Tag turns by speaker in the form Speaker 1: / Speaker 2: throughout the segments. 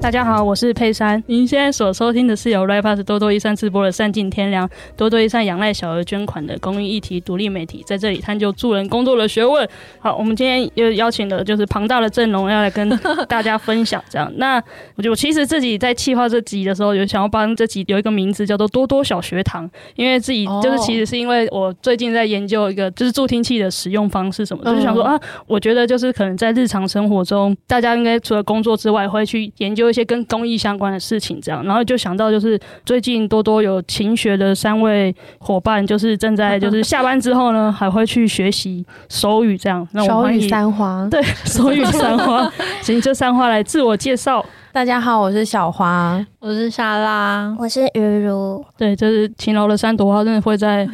Speaker 1: 大家好，我是佩珊。您现在所收听的是由 r i p a s 多多益善直播的“善尽天良”，多多益善仰赖小额捐款的公益议题独立媒体，在这里探究助人工作的学问。好，我们今天又邀请的就是庞大的阵容，要来跟大家分享这样。那我就我其实自己在企划这集的时候，有想要帮这集有一个名字叫做“多多小学堂”，因为自己
Speaker 2: 哦
Speaker 1: 就是其实是因为我最近在研究一个就是助听器的使用方式什么的，就是想说
Speaker 2: 嗯
Speaker 1: 啊，我觉得就是可能在日常生活中，大家应该除了工作之外，会去研究一些跟公益相关的事情，这样。然后就想到就是最近多多有勤学的三位伙伴，就是正 在就是下班之后呢，还会去学习手语这样。那我
Speaker 2: 手
Speaker 1: 欢
Speaker 2: 语
Speaker 1: 迎
Speaker 2: 三皇，
Speaker 1: 对 手语三花，请这三花来自我介绍。
Speaker 2: 大家好，我是小花，我是莎拉，
Speaker 3: 我是于如，
Speaker 1: 对，就是勤劳的三朵花，真的会在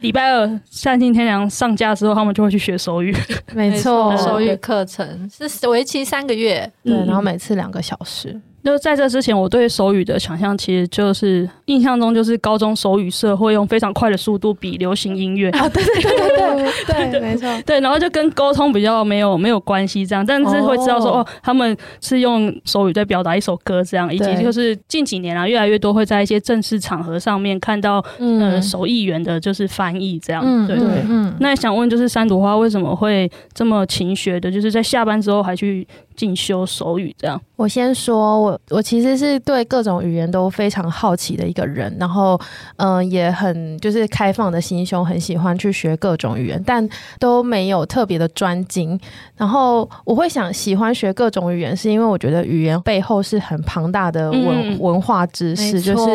Speaker 1: 礼拜二善尽天良上架之后，他们就会去学手语。
Speaker 2: 没错，
Speaker 4: 手语课程是为期三个月，
Speaker 2: 对，
Speaker 1: 嗯
Speaker 2: 然后每次两个小时，
Speaker 1: 就在这之前，我对手语的想象其实就是印象中就是高中手语社会用非常快的速度比流行音乐，
Speaker 2: 啊，对 对对对对对，没错，
Speaker 1: 对，然后就跟沟通比较没有没有关系这样，但是会知道说哦
Speaker 2: 哦
Speaker 1: 他们是用手语在表达一首歌这样，以及
Speaker 2: 对
Speaker 1: 就是近几年啊，越来越多会在一些正式场合上面看到呃
Speaker 2: 嗯
Speaker 1: 手译员的就是翻译这样，
Speaker 2: 嗯
Speaker 1: 对。
Speaker 2: 嗯嗯，
Speaker 1: 那想问，就是三朵花为什么会这么勤学的？就是在下班之后还去进修手语这样？
Speaker 2: 我先说，我我其实是对各种语言都非常好奇的一个人，然后嗯、呃也很就是开放的心胸，很喜欢去学各种语言，但都没有特别的专精。然后我会想喜欢学各种语言，是因为我觉得语言背后是很庞大的文、
Speaker 1: 嗯
Speaker 2: 文化知识，就是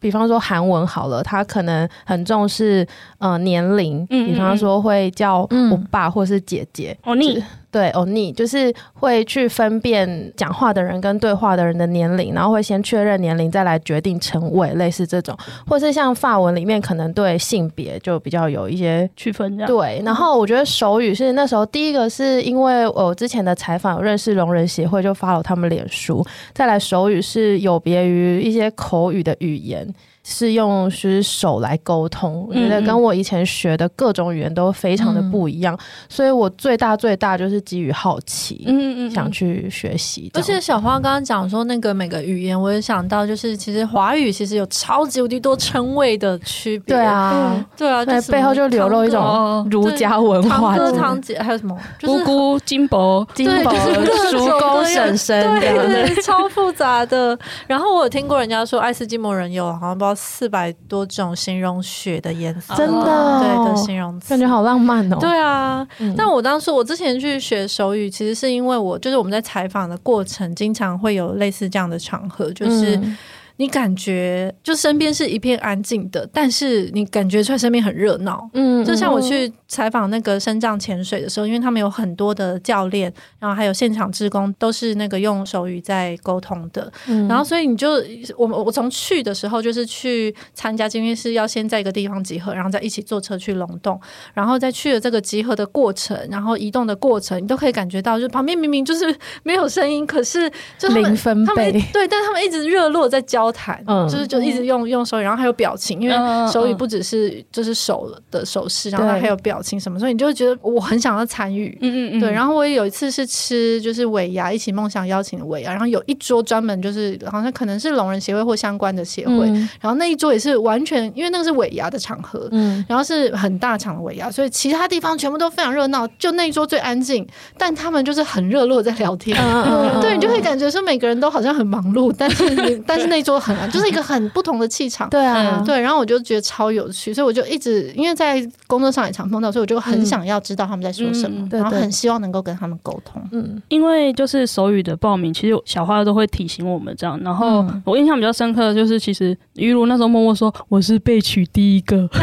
Speaker 2: 比方说韩文好了，他可能很重视呃年龄，
Speaker 1: 嗯嗯
Speaker 2: 比方说会叫
Speaker 4: 嗯
Speaker 2: 我爸或是姐姐，
Speaker 1: 哦，你
Speaker 2: 对欧尼就是会去分辨讲话的人跟对话的人的年龄，然后会先确认年龄，再来决定称谓，类似这种，或是像法文里面可能对性别就比较有一些
Speaker 1: 区分这样？
Speaker 2: 对，然后我觉得手语是那时候第一个，是因为我之前的采访有认识聋人协会，就发了他们脸书。再来，手语是有别于一些口语的语言，是用就是手来沟通。我觉得
Speaker 1: 嗯嗯
Speaker 2: 跟我以前学的各种语言都非常的
Speaker 4: 嗯
Speaker 2: 不一样，所以我最大最大就是基于好奇，
Speaker 1: 嗯嗯嗯，
Speaker 2: 想去学习这
Speaker 4: 而
Speaker 2: 样子。
Speaker 4: 且小花刚刚讲说那个每个语言，我也想到就是其实华语其实有超级无敌多称谓的区别，
Speaker 2: 对，啊
Speaker 3: 嗯，
Speaker 4: 对啊，
Speaker 2: 对
Speaker 4: 就什么
Speaker 2: 背后就流露一
Speaker 4: 堂
Speaker 2: 种
Speaker 1: 哦，
Speaker 2: 儒家文
Speaker 4: 哥
Speaker 2: 化
Speaker 4: 堂
Speaker 2: 之
Speaker 4: 哥
Speaker 2: 类的，
Speaker 4: 堂姐还有什么就是
Speaker 1: 姑。姑、金箔，
Speaker 2: 金
Speaker 4: 对
Speaker 2: 宝
Speaker 4: 就是各
Speaker 2: 叔公
Speaker 4: 种各样
Speaker 2: 婶婶这样
Speaker 4: 对 对，超复杂的。然后我有听过人家说，爱斯基摩人有好像不知道四百多种形容雪的颜色，
Speaker 2: 真的
Speaker 4: 对的
Speaker 2: 哦
Speaker 4: 形容词，
Speaker 2: 感觉好浪漫哦。
Speaker 4: 对啊，
Speaker 2: 嗯，
Speaker 4: 但我当时我之前去学手语，其实是因为我就是我们在采访的过程，经常会有类似这样的场合，就是
Speaker 2: 嗯
Speaker 4: 你感觉就身边是一片安静的，但是你感觉出来身边很热闹。
Speaker 2: 嗯
Speaker 4: 就像我
Speaker 2: 嗯
Speaker 4: 去采访那个深藏潜水的时候，因为他们有很多的教练，然后还有现场志工，都是那个用手语在沟通的。
Speaker 2: 嗯
Speaker 4: 然后所以你就我们我从去的时候就是去参加，因为是要先在一个地方集合，然后再一起坐车去龙洞，然后在去了这个集合的过程，然后移动的过程，你都可以感觉到，就旁边明明就是没有声音，可是就他
Speaker 2: 零
Speaker 4: 们。
Speaker 2: 分
Speaker 4: 他们
Speaker 2: 贝，
Speaker 4: 对，但他们一直热络在交谈，
Speaker 2: 嗯
Speaker 4: 就是就一直用用手语，然后还有表情，因为
Speaker 1: 嗯嗯
Speaker 4: 手语
Speaker 1: 嗯
Speaker 4: 不只是就是手的手势，然后它
Speaker 2: 对
Speaker 4: 还有表情什么，所以你就会觉得我很想要参与，
Speaker 1: 嗯嗯嗯，
Speaker 4: 对，然
Speaker 1: 后
Speaker 4: 后我也有一次是吃就是尾牙，一起梦想邀请的尾牙，然后有一桌专门就是好像可能是聋人协会或相关的协会，
Speaker 2: 嗯
Speaker 4: 然后那一桌也是完全因为那个是尾牙的场合，
Speaker 2: 嗯，
Speaker 4: 然后是很大场的尾牙，所以其他地方全部都非常热闹，就那一桌最安静，但他们就是很热络在聊天。
Speaker 2: 嗯
Speaker 4: 对，你就会感觉说每个人都好像很忙碌，但是你 但是那一桌很安，就是一个很不同的气场。
Speaker 2: 对啊，
Speaker 1: 嗯
Speaker 4: 对，然后我就觉得超有趣，所以我就一直因为在工作上也常碰到，所以我就很想要知道他们在说什么，
Speaker 1: 嗯嗯
Speaker 2: 对
Speaker 4: 然后
Speaker 2: 对
Speaker 4: 很希望能够跟他们沟通。
Speaker 2: 嗯
Speaker 1: 因为就是手语的报名，其实小花都会提醒我们这样。然后
Speaker 4: 嗯
Speaker 1: 我印象比较深刻的就是，其实于如那时候默默说我是被取第一个，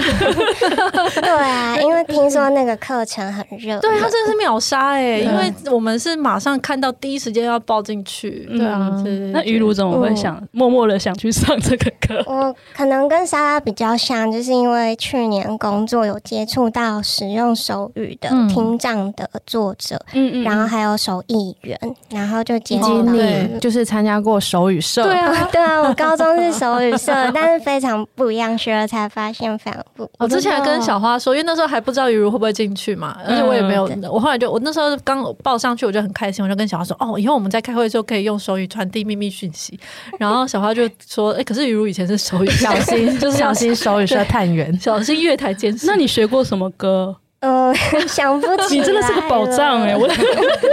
Speaker 3: 对啊，因为听说那个课程很热，
Speaker 4: 对他真的是秒杀哎、
Speaker 2: 对
Speaker 4: 因为我们是马上看到第一时间要报进去。
Speaker 1: 嗯
Speaker 2: 对啊
Speaker 4: 对对对
Speaker 1: 那于如怎么会想默默的想去上这个课？
Speaker 3: 我可能跟莎拉比较像，就是因为去年工作有接触到使用手语的、
Speaker 4: 嗯
Speaker 3: 听障的作者，
Speaker 1: 嗯
Speaker 3: 然后还有手艺人，然后就接
Speaker 2: 以
Speaker 3: 触
Speaker 2: 及
Speaker 3: 到。啊
Speaker 2: 你就是参加过手语社，
Speaker 4: 对啊，
Speaker 3: 对啊，我高中是手语社， 但是非常不一样，学了才发现非常不一样。
Speaker 4: 我之前还跟小花说，因为那时候还不知道雨茹会不会进去嘛，而且我也没有，我后来就我那时候刚报上去，我就很开心，我就跟小花说，哦，以后我们在开会的时候可以用手语传递秘密讯息。然后小花就说，哎、可是雨茹以前是手语，。
Speaker 2: 小心就是小心手语社探员
Speaker 4: 小心月台监视。
Speaker 1: 那你学过什么 歌？
Speaker 3: 嗯， 想不起
Speaker 1: 你真的是个宝藏哎、
Speaker 3: 哎、
Speaker 1: 我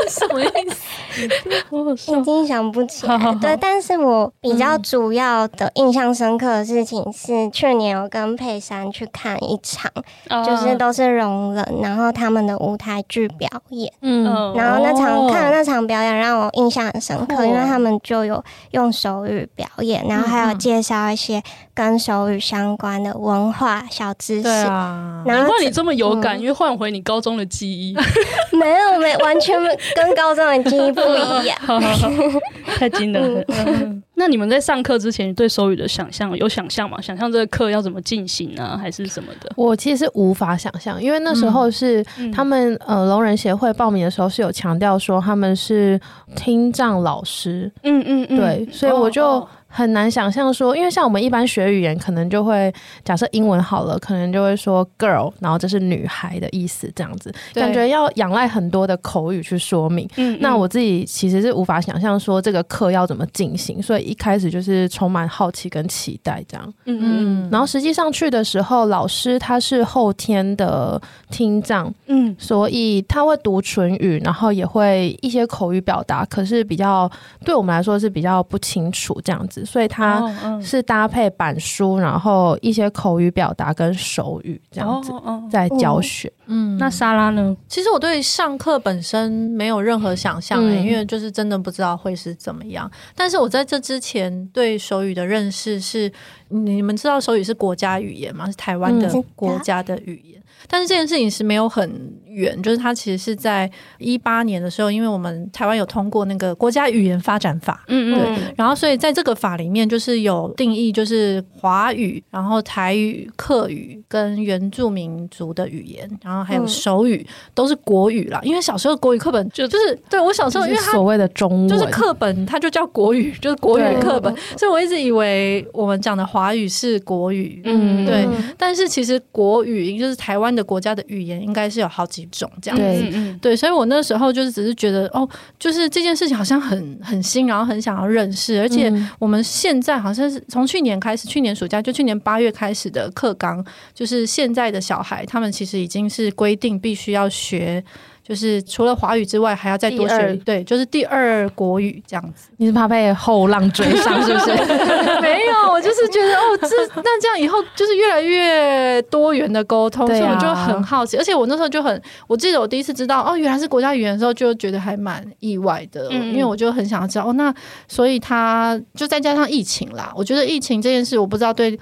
Speaker 4: 什么意思？
Speaker 1: 我好
Speaker 3: 已
Speaker 1: 笑。
Speaker 3: 经想不起
Speaker 1: 好好
Speaker 3: 来
Speaker 1: 好。
Speaker 3: 对，但是我比较主要的印象深刻的事情是，去年我跟佩珊去看一场，
Speaker 1: 嗯
Speaker 3: 就是都是聋人，然后他们的舞台剧表演。
Speaker 1: 嗯
Speaker 3: 然后那场、
Speaker 1: 哦
Speaker 3: 看了那场表演让我印象很深
Speaker 1: 酷哦
Speaker 3: 刻，因为他们就有用手语表演，然后还有介绍一些跟手语相关的文化小知识。
Speaker 4: 对 啊，
Speaker 3: 然
Speaker 1: 难
Speaker 3: 后
Speaker 1: 怪你这么有感，
Speaker 3: 嗯
Speaker 1: 因为换回你高中的记忆。。
Speaker 3: 没有没完全没跟高中的记忆不一样
Speaker 1: 好好好太惊人了。嗯那你们在上课之前对手语的想象有想象吗？想象这个课要怎么进行啊，还是什么的？
Speaker 2: 我其实是无法想象，因为那时候是
Speaker 1: 嗯
Speaker 2: 他们呃聋人协会报名的时候是有强调说他们是听障老师，
Speaker 1: 嗯嗯嗯
Speaker 2: 对，所以我就很难想象说，因为像我们一般学语言，可能就会假设英文好了，可能就会说 girl，然后这是女孩的意思，这样子，
Speaker 4: 对
Speaker 2: 感觉要仰赖很多的口语去说明。
Speaker 1: 嗯
Speaker 2: 那我自己其实是无法想象说这个课要怎么进行，所以一开始就是充满好奇跟期待这样。
Speaker 1: 嗯嗯
Speaker 4: 嗯，
Speaker 2: 然后实际上去的时候，老师他是后天的听障，
Speaker 1: 嗯
Speaker 2: 所以他会读唇语，然后也会一些口语表达，可是比较对我们来说是比较不清楚这样子，所以他
Speaker 4: 嗯
Speaker 1: 哦
Speaker 2: 是搭配板书，然后一些口语表达跟手语这样子
Speaker 1: 哦哦哦
Speaker 2: 在教学。
Speaker 4: 嗯，
Speaker 1: 那莎拉呢？
Speaker 4: 其实我对上课本身没有任何想象、欸
Speaker 2: 嗯
Speaker 4: 因为就是真的不知道会是怎么样。但是我在这之前对手语的认识是，你们知道手语是国家语言吗？是台湾的
Speaker 3: 嗯
Speaker 4: 国家的语言。但是这件事情是没有很远，就是它其实是在一八年的时候，因为我们台湾有通过那个国家语言发展法，
Speaker 1: 嗯
Speaker 4: 对然后，所以在这个法里面，就是有定义，就是华语，然后台语、客语跟原住民族的语言，然后还有
Speaker 3: 嗯
Speaker 4: 手语，都是国语啦。因为小时候国语课本
Speaker 1: 就
Speaker 4: 就就是对我小时
Speaker 2: 就
Speaker 4: 哦候，因
Speaker 2: 是
Speaker 4: 为它
Speaker 2: 所谓的中文，
Speaker 4: 就是课本，它就叫国语，就是国语
Speaker 2: 对
Speaker 4: 课本，所以我一直以为我们讲的华语是国语，
Speaker 1: 嗯
Speaker 4: 对
Speaker 3: 嗯
Speaker 4: 但是其实国语就是台湾的国家的语言，应该是有好几种这样子。
Speaker 2: 对
Speaker 1: 嗯
Speaker 4: 对，所以我那时候就是只是觉得，哦，就是这件事情好像很很新，然后很想要认识，而且
Speaker 2: 嗯
Speaker 4: 我们现在好像是从去年开始，去年暑假就去年八月开始的课纲，就是现在的小孩他们其实已经是规定必须要学。就是除了华语之外，还要再多
Speaker 2: 第二
Speaker 4: 学，对，就是第二国语这样子。
Speaker 2: 你是怕被后浪追上是不是？
Speaker 4: 没有，我就是觉得哦，这那这样以后就是越来越多元的沟通，
Speaker 2: 对
Speaker 4: 所以我
Speaker 2: 啊
Speaker 4: 就很好奇。而且我那时候就很，我记得我第一次知道哦，原来是国家语言的时候，就觉得还蛮意外的，
Speaker 1: 嗯
Speaker 4: 因为我就很想知道哦，那所以他就再加上疫情啦，我觉得疫情这件事，我不知道对。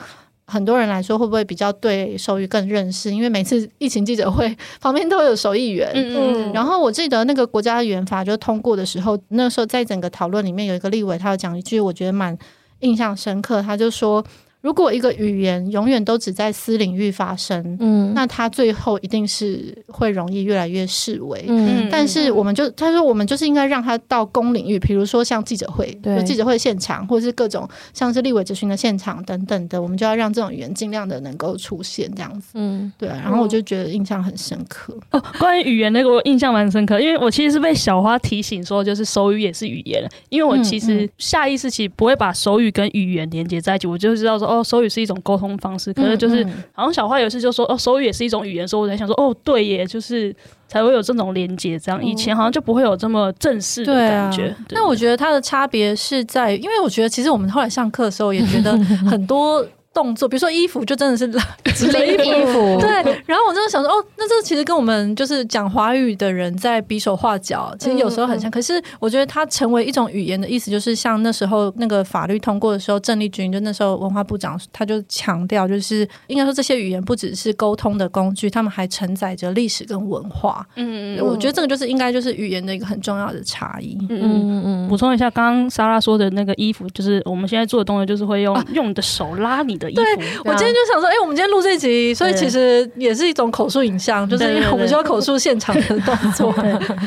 Speaker 4: 很多人来说，会不会比较对手语更认识？因为每次疫情记者会 旁边都有手艺员，
Speaker 1: 嗯
Speaker 4: 然后我记得那个国家语言法就通过的时候，那时候在整个讨论里面有一个立委，他有讲一句我觉得蛮印象深刻，他就说，如果一个语言永远都只在私领域发生，
Speaker 2: 嗯
Speaker 4: 那它最后一定是会容易越来越式微。
Speaker 2: 嗯
Speaker 1: 嗯
Speaker 4: 但是我们就他说，我们就是应该让他到公领域，比如说像记者会，
Speaker 2: 对
Speaker 4: 就记者会现场，或者是各种像是立委质询的现场等等的，我们就要让这种语言尽量的能够出现这样子。
Speaker 2: 嗯，
Speaker 4: 对啊，然后我就觉得印象很深刻。
Speaker 1: 哦，关于语言那个我印象蛮深刻，因为我其实是被小花提醒说，就是手语也是语言，因为我其
Speaker 4: 嗯
Speaker 1: 实下意识其实不会把手语跟语言连接在一起，我就知道说哦，手语是一种沟通方式，可是就是
Speaker 4: 嗯嗯
Speaker 1: 好像小花有一次就说哦，手语也是一种语言，所以我才想说哦，对耶，就是才会有这种连接，这样以前好像就不会有这么正式的
Speaker 4: 对
Speaker 1: 感觉
Speaker 4: 啊。。那我觉得它的差别是在于，因为我觉得其实我们后来上课的时候也觉得很多动作，比如说衣服，就真的是拉之类的
Speaker 2: 类衣服，
Speaker 4: 对，然后我真的想说，哦，那这其实跟我们就是讲华语的人在比手画脚，其实有时候很像。可是我觉得它成为一种语言的意思，就是像那时候那个法律通过的时候，郑丽君就那时候文化部长他就强调，就是应该说这些语言不只是沟通的工具，他们还承载着历史跟文化。
Speaker 1: 嗯
Speaker 4: 我觉得这个就是应该就是语言的一个很重要的差异。
Speaker 1: 嗯嗯。
Speaker 2: 嗯嗯
Speaker 1: 补充一下，刚刚莎拉说的那个衣服，就是我们现在做的动作，就是会用、用你的手拉你的衣服。
Speaker 4: 我
Speaker 2: 啊
Speaker 4: 今天就想说，哎、我们今天录这集，所以
Speaker 1: 对
Speaker 4: 其实也是一种口述影像，就是因
Speaker 1: 对对
Speaker 4: 为
Speaker 1: 对
Speaker 4: 我们需要口述现场的动 作。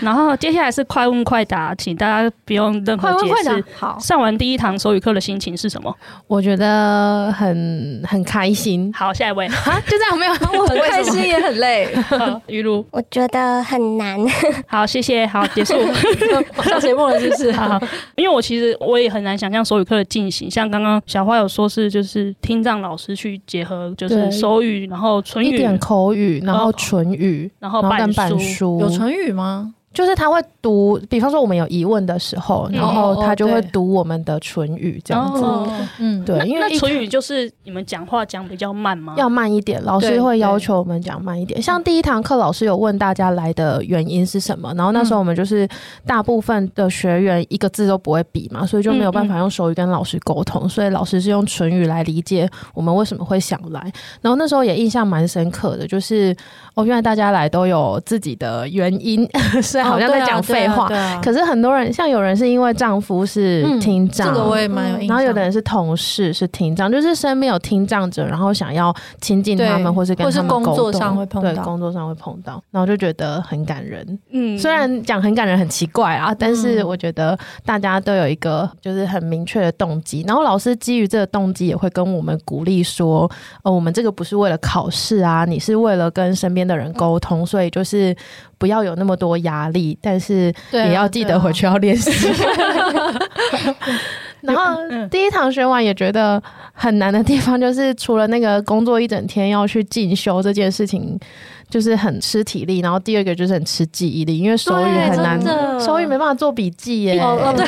Speaker 1: 然后接下来是快问快答，请大家不用任何
Speaker 4: 快
Speaker 1: 解
Speaker 4: 快
Speaker 1: 释
Speaker 4: 的。，好，
Speaker 1: 上完第一堂手语课的心情是什么？
Speaker 2: 我觉得很很开心
Speaker 1: 好，下一位，
Speaker 2: 啊，就这样没 有，
Speaker 4: 我很开
Speaker 2: 为什么
Speaker 4: 心，也很 累，
Speaker 1: 好于露。
Speaker 3: 我觉得很难，
Speaker 1: 好，谢谢，好，结束。
Speaker 4: 上节目了是不是？
Speaker 1: 好，因为我其实我也很难想象手语课的进行，像刚刚小花有说是就是听障老师去结合就是
Speaker 2: 对
Speaker 1: 手语，然后唇
Speaker 2: 一
Speaker 1: 语，
Speaker 2: 点口语，然后唇语，
Speaker 1: 然后
Speaker 2: 然后
Speaker 1: 板
Speaker 2: 跟板
Speaker 1: 书。
Speaker 2: 书，
Speaker 4: 有唇语吗？
Speaker 2: 就是他会读，比方说我们有疑问的时候，
Speaker 1: 嗯
Speaker 2: 然后他就
Speaker 4: 哦
Speaker 2: 会
Speaker 4: 对
Speaker 2: 读我们的唇语这样子。
Speaker 1: 哦，
Speaker 4: 嗯，
Speaker 2: 对
Speaker 1: 那，
Speaker 2: 因为
Speaker 1: 那
Speaker 2: 一
Speaker 1: 唇语就是你们讲话讲比较慢吗？
Speaker 2: 要慢一点，老
Speaker 4: 对
Speaker 2: 师会要求我们讲慢一点。像第一堂课，老师有问大家来的原因是什么，然后那时
Speaker 4: 嗯
Speaker 2: 候我们就是大部分的学员一个字都不会比嘛，所以就
Speaker 4: 嗯
Speaker 2: 没有办法用手语跟老师沟通，所以老师是用唇语来理解我们为什么会想来。然后那时候也印象蛮深刻的，就是哦，原来大家来都有自己的原因， 虽然好像在讲废话，
Speaker 4: 哦对啊，对啊对啊
Speaker 2: 可是很多人像有人是因为丈夫是
Speaker 4: 嗯
Speaker 2: 听障。
Speaker 4: 这个我也蛮有
Speaker 2: 嗯
Speaker 4: 印象。
Speaker 2: 然后有的人是同事是听障，就是身边有听障者，然后想要亲近他
Speaker 4: 对
Speaker 2: 们，或是跟
Speaker 4: 或是
Speaker 2: 他们沟通，
Speaker 4: 工作上会碰到
Speaker 2: 对，工作上会碰到，然后就觉得很感人。
Speaker 1: 嗯
Speaker 2: 虽然讲很感人很奇怪啊，但是
Speaker 4: 嗯
Speaker 2: 我觉得大家都有一个就是很明确的动机，然后老师基于这个动机也会跟我们鼓励说，呃，我们这个不是为了考试啊，你是为了跟身边的人沟通，所以就是不要有那么多压力，但是
Speaker 4: 对啊
Speaker 2: 也要记得回去。要练 习。然后第一堂学完也觉得很难的地方，就是除了那个工作一整天要去进修这件事情，就是很吃体力。然后第二个就是很吃记忆力，因为手语
Speaker 4: 对
Speaker 2: 很难
Speaker 4: 真，的
Speaker 2: 手语没办法做笔记耶，
Speaker 4: 哦哦，对，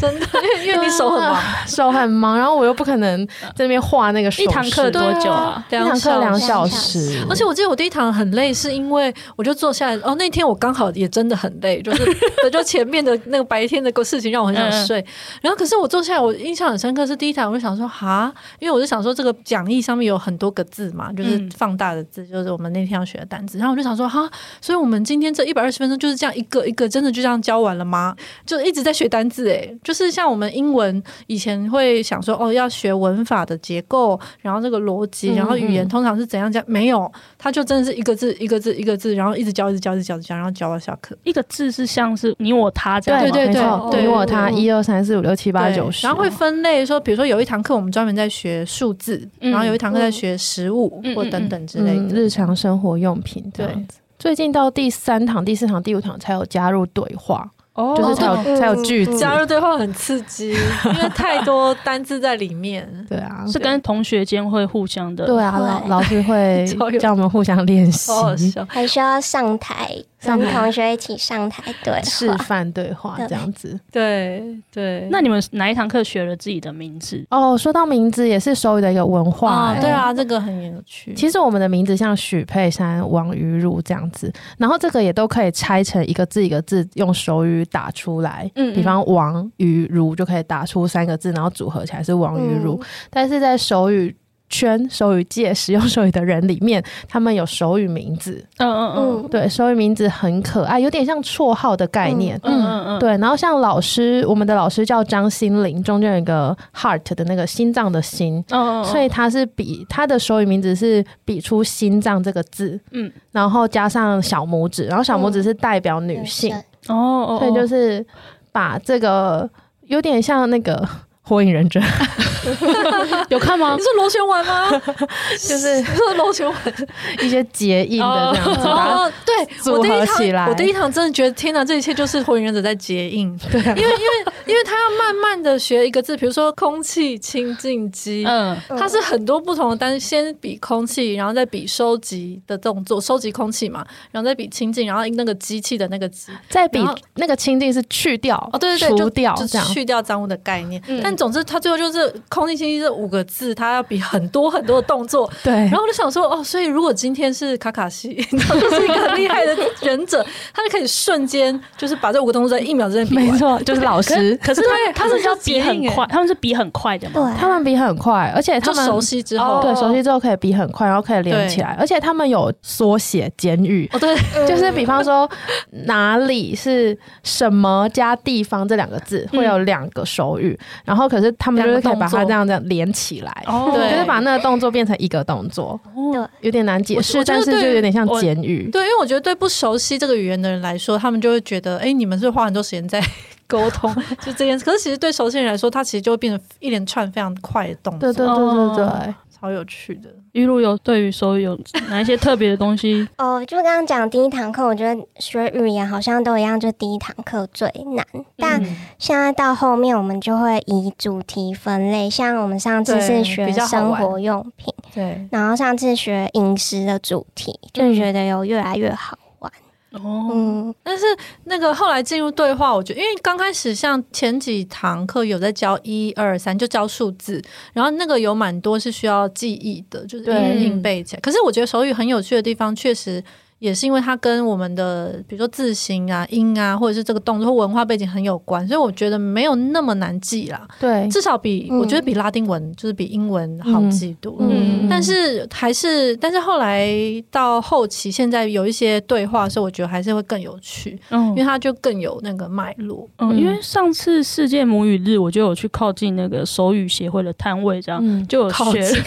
Speaker 4: 真的，因为因为你手很 忙，
Speaker 2: 手很忙，然后我又不可能在那边画那个手势
Speaker 1: 一堂课多久啊？
Speaker 2: 一堂课两小时，
Speaker 4: 而且我记得我第一堂很累，是因为我就坐下来，哦，那天我刚好也真的很累，就是对就前面的那个白天的事情让我很想睡。然后可是我坐下来，我印象很深刻是第一堂，我就想说哈，因为我就想说这个讲义上面有很多个字嘛，就是
Speaker 1: 嗯
Speaker 4: 放大的字，就是我们那天要学的单词。然后我就想说哈，所以我们今天这一百二十分钟就是这样一个一个真的就这样教完了吗？就一直在学单字，诶，就是像我们英文以前会想说哦，要学文法的结构，然后这个逻辑，
Speaker 2: 嗯
Speaker 4: 然后语言
Speaker 2: 嗯
Speaker 4: 通常是怎样讲？没有，他就真的是一个字一个字一个字，然后一直教，一直教，一直教，一直教，然后教到下课。
Speaker 1: 一个字是像是你我他这样吗，
Speaker 2: 对
Speaker 4: 对对
Speaker 2: 没
Speaker 4: 哦
Speaker 2: 错，你我他
Speaker 4: 对
Speaker 2: 一二三四五六七八
Speaker 4: 对
Speaker 2: 九十，嗯
Speaker 4: 然后会分类说，比如说有一堂课我们专门在学数字，
Speaker 1: 嗯
Speaker 4: 然后有一堂课在学食物、
Speaker 1: 嗯
Speaker 4: 或
Speaker 1: 嗯
Speaker 4: 等等之类
Speaker 2: 嗯，
Speaker 4: 的。
Speaker 2: 日常生活用品这样子。最近到第三堂、第四堂、第五堂才有加入对话，
Speaker 4: 哦嗯
Speaker 2: 就是才有、
Speaker 3: 对
Speaker 2: 才有句子。
Speaker 4: 加入对话很刺激，因为太多单字在里面。
Speaker 2: 对啊，
Speaker 1: 是跟同学间会互相的。
Speaker 2: 对啊，
Speaker 3: 对
Speaker 2: 老老师 会
Speaker 4: 超有
Speaker 2: 叫我们互相练习
Speaker 4: 好好笑，
Speaker 3: 还需要上台
Speaker 2: 上
Speaker 3: 跟
Speaker 2: 台
Speaker 3: 同学一起上台对
Speaker 2: 示
Speaker 3: 话。
Speaker 2: 范对话
Speaker 3: 对
Speaker 2: 这样子。
Speaker 4: 对对，
Speaker 1: 那你们哪一堂课学了自己的名字？
Speaker 2: 哦，说到名字也是手语的一个文化、
Speaker 4: 啊，
Speaker 2: 欸
Speaker 4: 对啊，这个很有趣。
Speaker 2: 其实我们的名字像许佩珊、王于如这样子，然后这个也都可以拆成一个字一个字用手语打出来。
Speaker 1: 嗯
Speaker 2: 比方王于如就可以打出三个字，然后组合起来是王
Speaker 4: 嗯
Speaker 2: 于如。但是在手语圈、手语界使用手语的人里面，他们有手语名字，
Speaker 1: 嗯嗯嗯
Speaker 4: 呃
Speaker 3: 嗯，
Speaker 2: 对，手语名字很可爱，有点像绰号的概念。
Speaker 1: 嗯嗯嗯，，
Speaker 2: 对，然后像老师，我们的老师叫张心凌，中间有一个 heart 的那个心脏的心，
Speaker 1: 嗯嗯，
Speaker 2: 所以他是比他的手语名字是比出“心脏”这个字，
Speaker 1: 嗯
Speaker 2: 嗯，然后加上小拇指，然后小拇指是代表
Speaker 3: 嗯
Speaker 2: 女性，
Speaker 1: 哦哦，
Speaker 2: 所以就是是把这个有点像那个《火影忍者》
Speaker 1: 有看吗
Speaker 4: 你？是螺旋丸吗？
Speaker 2: 就是
Speaker 4: 你说螺旋丸
Speaker 2: 一些结印的这样子，把它
Speaker 4: 哦，对对
Speaker 2: 组
Speaker 4: 我第
Speaker 2: 合
Speaker 4: 一
Speaker 2: 起来
Speaker 4: 堂，我第一堂真的觉得天哪，这一切就是火影忍者在结印，
Speaker 2: 对啊
Speaker 4: 因为因为因为他要慢慢的学一个字，比如说空气清净机。
Speaker 1: 嗯，
Speaker 4: 它是很多不同的单，先比空气，然后再比收集的动作，收集空气嘛，然后再比清净，然后那个机器的那个机，
Speaker 2: 再比
Speaker 4: 然后
Speaker 2: 那个清净是去掉
Speaker 4: 哦，对对对，
Speaker 2: 除
Speaker 4: 就
Speaker 2: 掉
Speaker 4: 就
Speaker 2: 这样。
Speaker 4: 去掉脏污的概念。
Speaker 1: 嗯
Speaker 4: 但总之，它最后就是空气清净这五个字，它要比很多很多的动作，
Speaker 2: 对
Speaker 4: 然，后我就想说，哦，所以如果今天是卡卡西， 他就是一个很厉害的忍者，他就可以瞬间就是把这五个动作在一秒之内比
Speaker 2: 没
Speaker 4: 完。
Speaker 2: 错，就是老师，
Speaker 1: 可是他他们
Speaker 4: 可是
Speaker 1: 要
Speaker 4: 要
Speaker 1: 比
Speaker 4: 结
Speaker 1: 很
Speaker 4: 印欸
Speaker 1: 快，他们是比很快的嘛。
Speaker 3: 对，
Speaker 2: 他们比很快，而且他
Speaker 4: 就
Speaker 2: 们
Speaker 4: 熟悉之
Speaker 1: 哦
Speaker 4: 后，
Speaker 2: 对熟悉之后可以比很快，然后可以连
Speaker 4: 对
Speaker 2: 起来，而且他们有缩写简语。
Speaker 4: 哦对，
Speaker 2: 就是比方说哪里是什么加地方这两个字
Speaker 1: 嗯
Speaker 2: 会有两个手语，然后可是他们就是可以把它这样这样连起来，
Speaker 1: 哦
Speaker 4: 对
Speaker 2: 就是把那个动作变成一个动作，
Speaker 3: 对
Speaker 2: 有点难解
Speaker 4: 我
Speaker 2: 释，
Speaker 4: 我觉
Speaker 2: 但
Speaker 4: 得
Speaker 2: 是就
Speaker 4: 对于
Speaker 2: 有点像
Speaker 1: 我
Speaker 2: 简语。
Speaker 4: 对，因为我觉得对不熟悉这个语言的人来说，他们就会觉得，哎，你们是不是花很多时间在 沟通，就这件事。可是其实对熟悉人来说，他其实就会变成一连串非常快的动
Speaker 2: 对
Speaker 4: 作，
Speaker 2: 对对
Speaker 1: 哦
Speaker 2: 对对，
Speaker 4: 超有趣的。
Speaker 1: 玉露有对于手语有哪一些特别的东西？
Speaker 3: 哦，就刚刚讲第一堂课，我觉得学语言好像都一样，就第一堂课最难。 但
Speaker 1: 嗯
Speaker 3: 现在到后面，我们就会以主题分类，像我们上次
Speaker 4: 对
Speaker 3: 是学
Speaker 4: 比较好
Speaker 3: 生
Speaker 4: 玩
Speaker 3: 活用品，
Speaker 4: 对，
Speaker 3: 然后上次学饮食的主题，就觉得有越来越好玩。
Speaker 1: 哦，
Speaker 3: 嗯，
Speaker 4: 但是那个后来进入对话，我觉得因为刚开始像前几堂课有在教一二三，就教数字，然后那个有蛮多是需要记忆的，就是
Speaker 2: 对
Speaker 4: 硬硬背起来。可是我觉得手语很有趣的地方，确实。也是因为它跟我们的比如说字形啊、音啊，或者是这个动作或文化背景很有关，所以我觉得没有那么难记啦。
Speaker 2: 对，
Speaker 4: 至少比、
Speaker 3: 嗯
Speaker 4: 我觉得比拉丁文就是比英文好记多了。
Speaker 1: 嗯
Speaker 4: 但是还是，但是后来到后期，现在有一些对话的时候，我觉得还是会更有趣，
Speaker 1: 嗯
Speaker 4: 因为它就更有那个脉络。
Speaker 1: 嗯，因为上次世界母语日，我就有去靠近那个手语协会的摊位，这样、
Speaker 2: 嗯，
Speaker 1: 就有
Speaker 4: 靠
Speaker 1: 学
Speaker 4: 近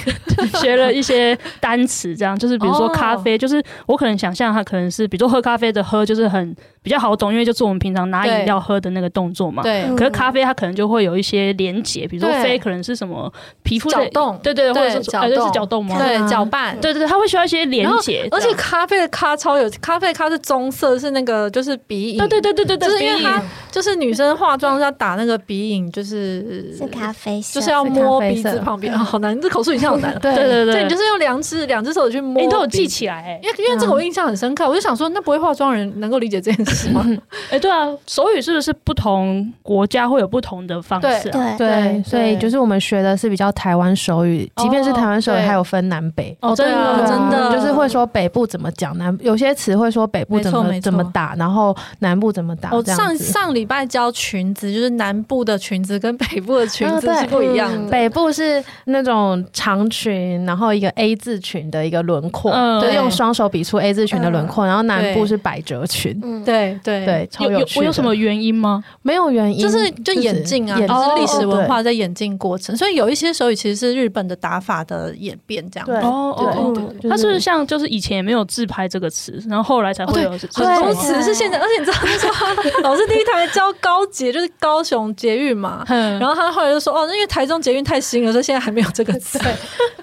Speaker 1: 学了一些单词，这样就是比如说
Speaker 4: 哦
Speaker 1: 咖啡，就是我可能想象它可能是，比如说喝咖啡的喝就是很比较好懂，因为就是我们平常拿饮
Speaker 4: 对
Speaker 1: 料喝的那个动作嘛。
Speaker 2: 嗯
Speaker 4: 对
Speaker 1: 可是咖啡它可能就会有一些连结，比如说
Speaker 4: 对
Speaker 1: 啡可能是什么皮肤的
Speaker 4: 搅动
Speaker 1: 对对，或者
Speaker 4: 对
Speaker 1: 是
Speaker 4: 搅
Speaker 1: 哎，对是
Speaker 4: 动
Speaker 1: 搅动吗？
Speaker 4: 对
Speaker 2: 啊
Speaker 4: 搅拌，
Speaker 1: 对对对，它会需要一些连
Speaker 4: 然后
Speaker 1: 结，
Speaker 4: 而
Speaker 1: 这
Speaker 4: 且
Speaker 1: 样
Speaker 4: 咖啡的咖超有，咖啡的咖是棕色，是那个就是鼻影，
Speaker 1: 对对对对对对，
Speaker 4: 就是因为
Speaker 1: 鼻
Speaker 4: 它
Speaker 1: 影
Speaker 4: 就是女生化妆要打那个鼻影，就是
Speaker 3: 是咖啡色，
Speaker 4: 就是要
Speaker 2: 是咖
Speaker 4: 摸
Speaker 2: 啡
Speaker 4: 鼻子
Speaker 2: 色。
Speaker 4: 旁边，啊好难，这口述影像好难啊
Speaker 1: 对对对，
Speaker 4: 对，你就是用两只两只手去摸
Speaker 1: 哎
Speaker 4: 鼻子，
Speaker 1: 你都有记起来哎
Speaker 4: 因为因为这个我印象很深刻，我就想说，那不会化妆的人能够理解这件事吗？
Speaker 1: 哎，对啊，手语是不是不同国家会有不同的方式啊？
Speaker 2: 对
Speaker 3: 对，
Speaker 4: 对，
Speaker 2: 所以
Speaker 4: 对
Speaker 2: 就是我们学的是比较台湾手语，即便是台湾手语，
Speaker 4: 哦对
Speaker 2: 还有分南北。
Speaker 1: 哦真的
Speaker 4: 对啊真的
Speaker 2: 就是会说北部怎么讲，南有些词会说北部怎
Speaker 4: 没错
Speaker 2: 么
Speaker 4: 没错
Speaker 2: 怎么打，然后南部怎么打
Speaker 4: 我
Speaker 2: 这样
Speaker 4: 上
Speaker 2: 子。
Speaker 4: 上礼拜教裙子，就是南部的裙子跟北部的裙子
Speaker 2: 啊对
Speaker 4: 是不一样
Speaker 3: 嗯
Speaker 4: 的。
Speaker 2: 北部是那种长裙，然后一个 A 字裙的一个轮廓，
Speaker 1: 嗯
Speaker 2: 就是
Speaker 4: 对嗯
Speaker 2: 用双手比出 A 字裙的轮廓，然后南部
Speaker 4: 对
Speaker 2: 是百褶裙，
Speaker 3: 嗯，
Speaker 4: 对对
Speaker 2: 对，，超
Speaker 1: 有有
Speaker 2: 趣
Speaker 1: 我
Speaker 2: 的。
Speaker 1: 有什么原因吗？
Speaker 2: 没有原因？
Speaker 4: 就是就演进啊，
Speaker 2: 演
Speaker 1: 哦
Speaker 4: 就是历史文
Speaker 2: 哦
Speaker 4: 化在演进过程，所以有一些手语其实是日本的打法的演变这样子。
Speaker 2: 对
Speaker 1: 哦
Speaker 2: 对
Speaker 1: 哦
Speaker 3: 对
Speaker 1: 哦
Speaker 2: 对对
Speaker 1: 它是不是像就是以前也没有自拍这个词，然后后来才
Speaker 2: 哦
Speaker 1: 会有这
Speaker 4: 很
Speaker 1: 这
Speaker 4: 多
Speaker 1: 种
Speaker 4: 词是现在，而且你知道那时候老师第一堂还教高捷，就是高雄捷运嘛，
Speaker 1: 嗯
Speaker 4: 然后他后来就说，哦，那因为台中捷运太新了，所以现在还没有这个词。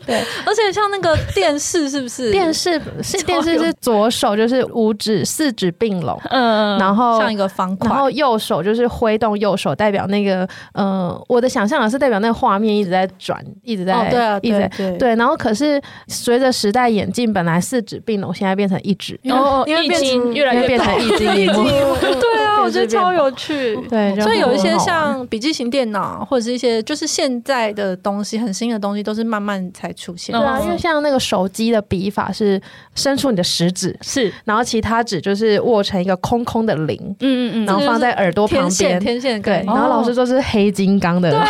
Speaker 2: 对，
Speaker 4: 而且像那个电视是不是？
Speaker 2: 电视是电视是左手就是五指四指并拢，
Speaker 1: 嗯
Speaker 2: 然后
Speaker 4: 像一个方块，
Speaker 2: 然后右手就是挥动右手，代表那个，呃，我的想象的是代表那个画面一直在转，一直在，
Speaker 4: 哦，对啊，
Speaker 2: 一直
Speaker 4: 对
Speaker 2: 在，
Speaker 4: 对。
Speaker 2: 对。然后可是随着时代演进，本来四指并拢，现在变成一指，
Speaker 4: 然后
Speaker 1: 哦，
Speaker 4: 因为
Speaker 1: 易
Speaker 4: 变
Speaker 1: 经越来
Speaker 2: 因为
Speaker 1: 越
Speaker 2: 变成
Speaker 1: 懂
Speaker 2: 一指一目。
Speaker 4: 对啊，我觉得超有趣。
Speaker 2: 对，就
Speaker 4: 所以有一些
Speaker 2: 很好玩
Speaker 4: 像笔记型电脑啊或者是一些就是现在的东西，很新的东西，都是慢慢才出现
Speaker 1: 嗯
Speaker 4: 的。
Speaker 2: 对啊，因为像那个手机的笔法是伸出你的食指，
Speaker 1: 是
Speaker 2: 然后其他指就是握成一个空空的零，
Speaker 1: 嗯嗯
Speaker 2: 然
Speaker 1: 嗯，
Speaker 2: 后放在耳朵旁
Speaker 4: 天线，
Speaker 2: 边。
Speaker 4: 天线
Speaker 2: 对，
Speaker 4: 感
Speaker 2: 然后老师说是黑金刚的，
Speaker 4: 哦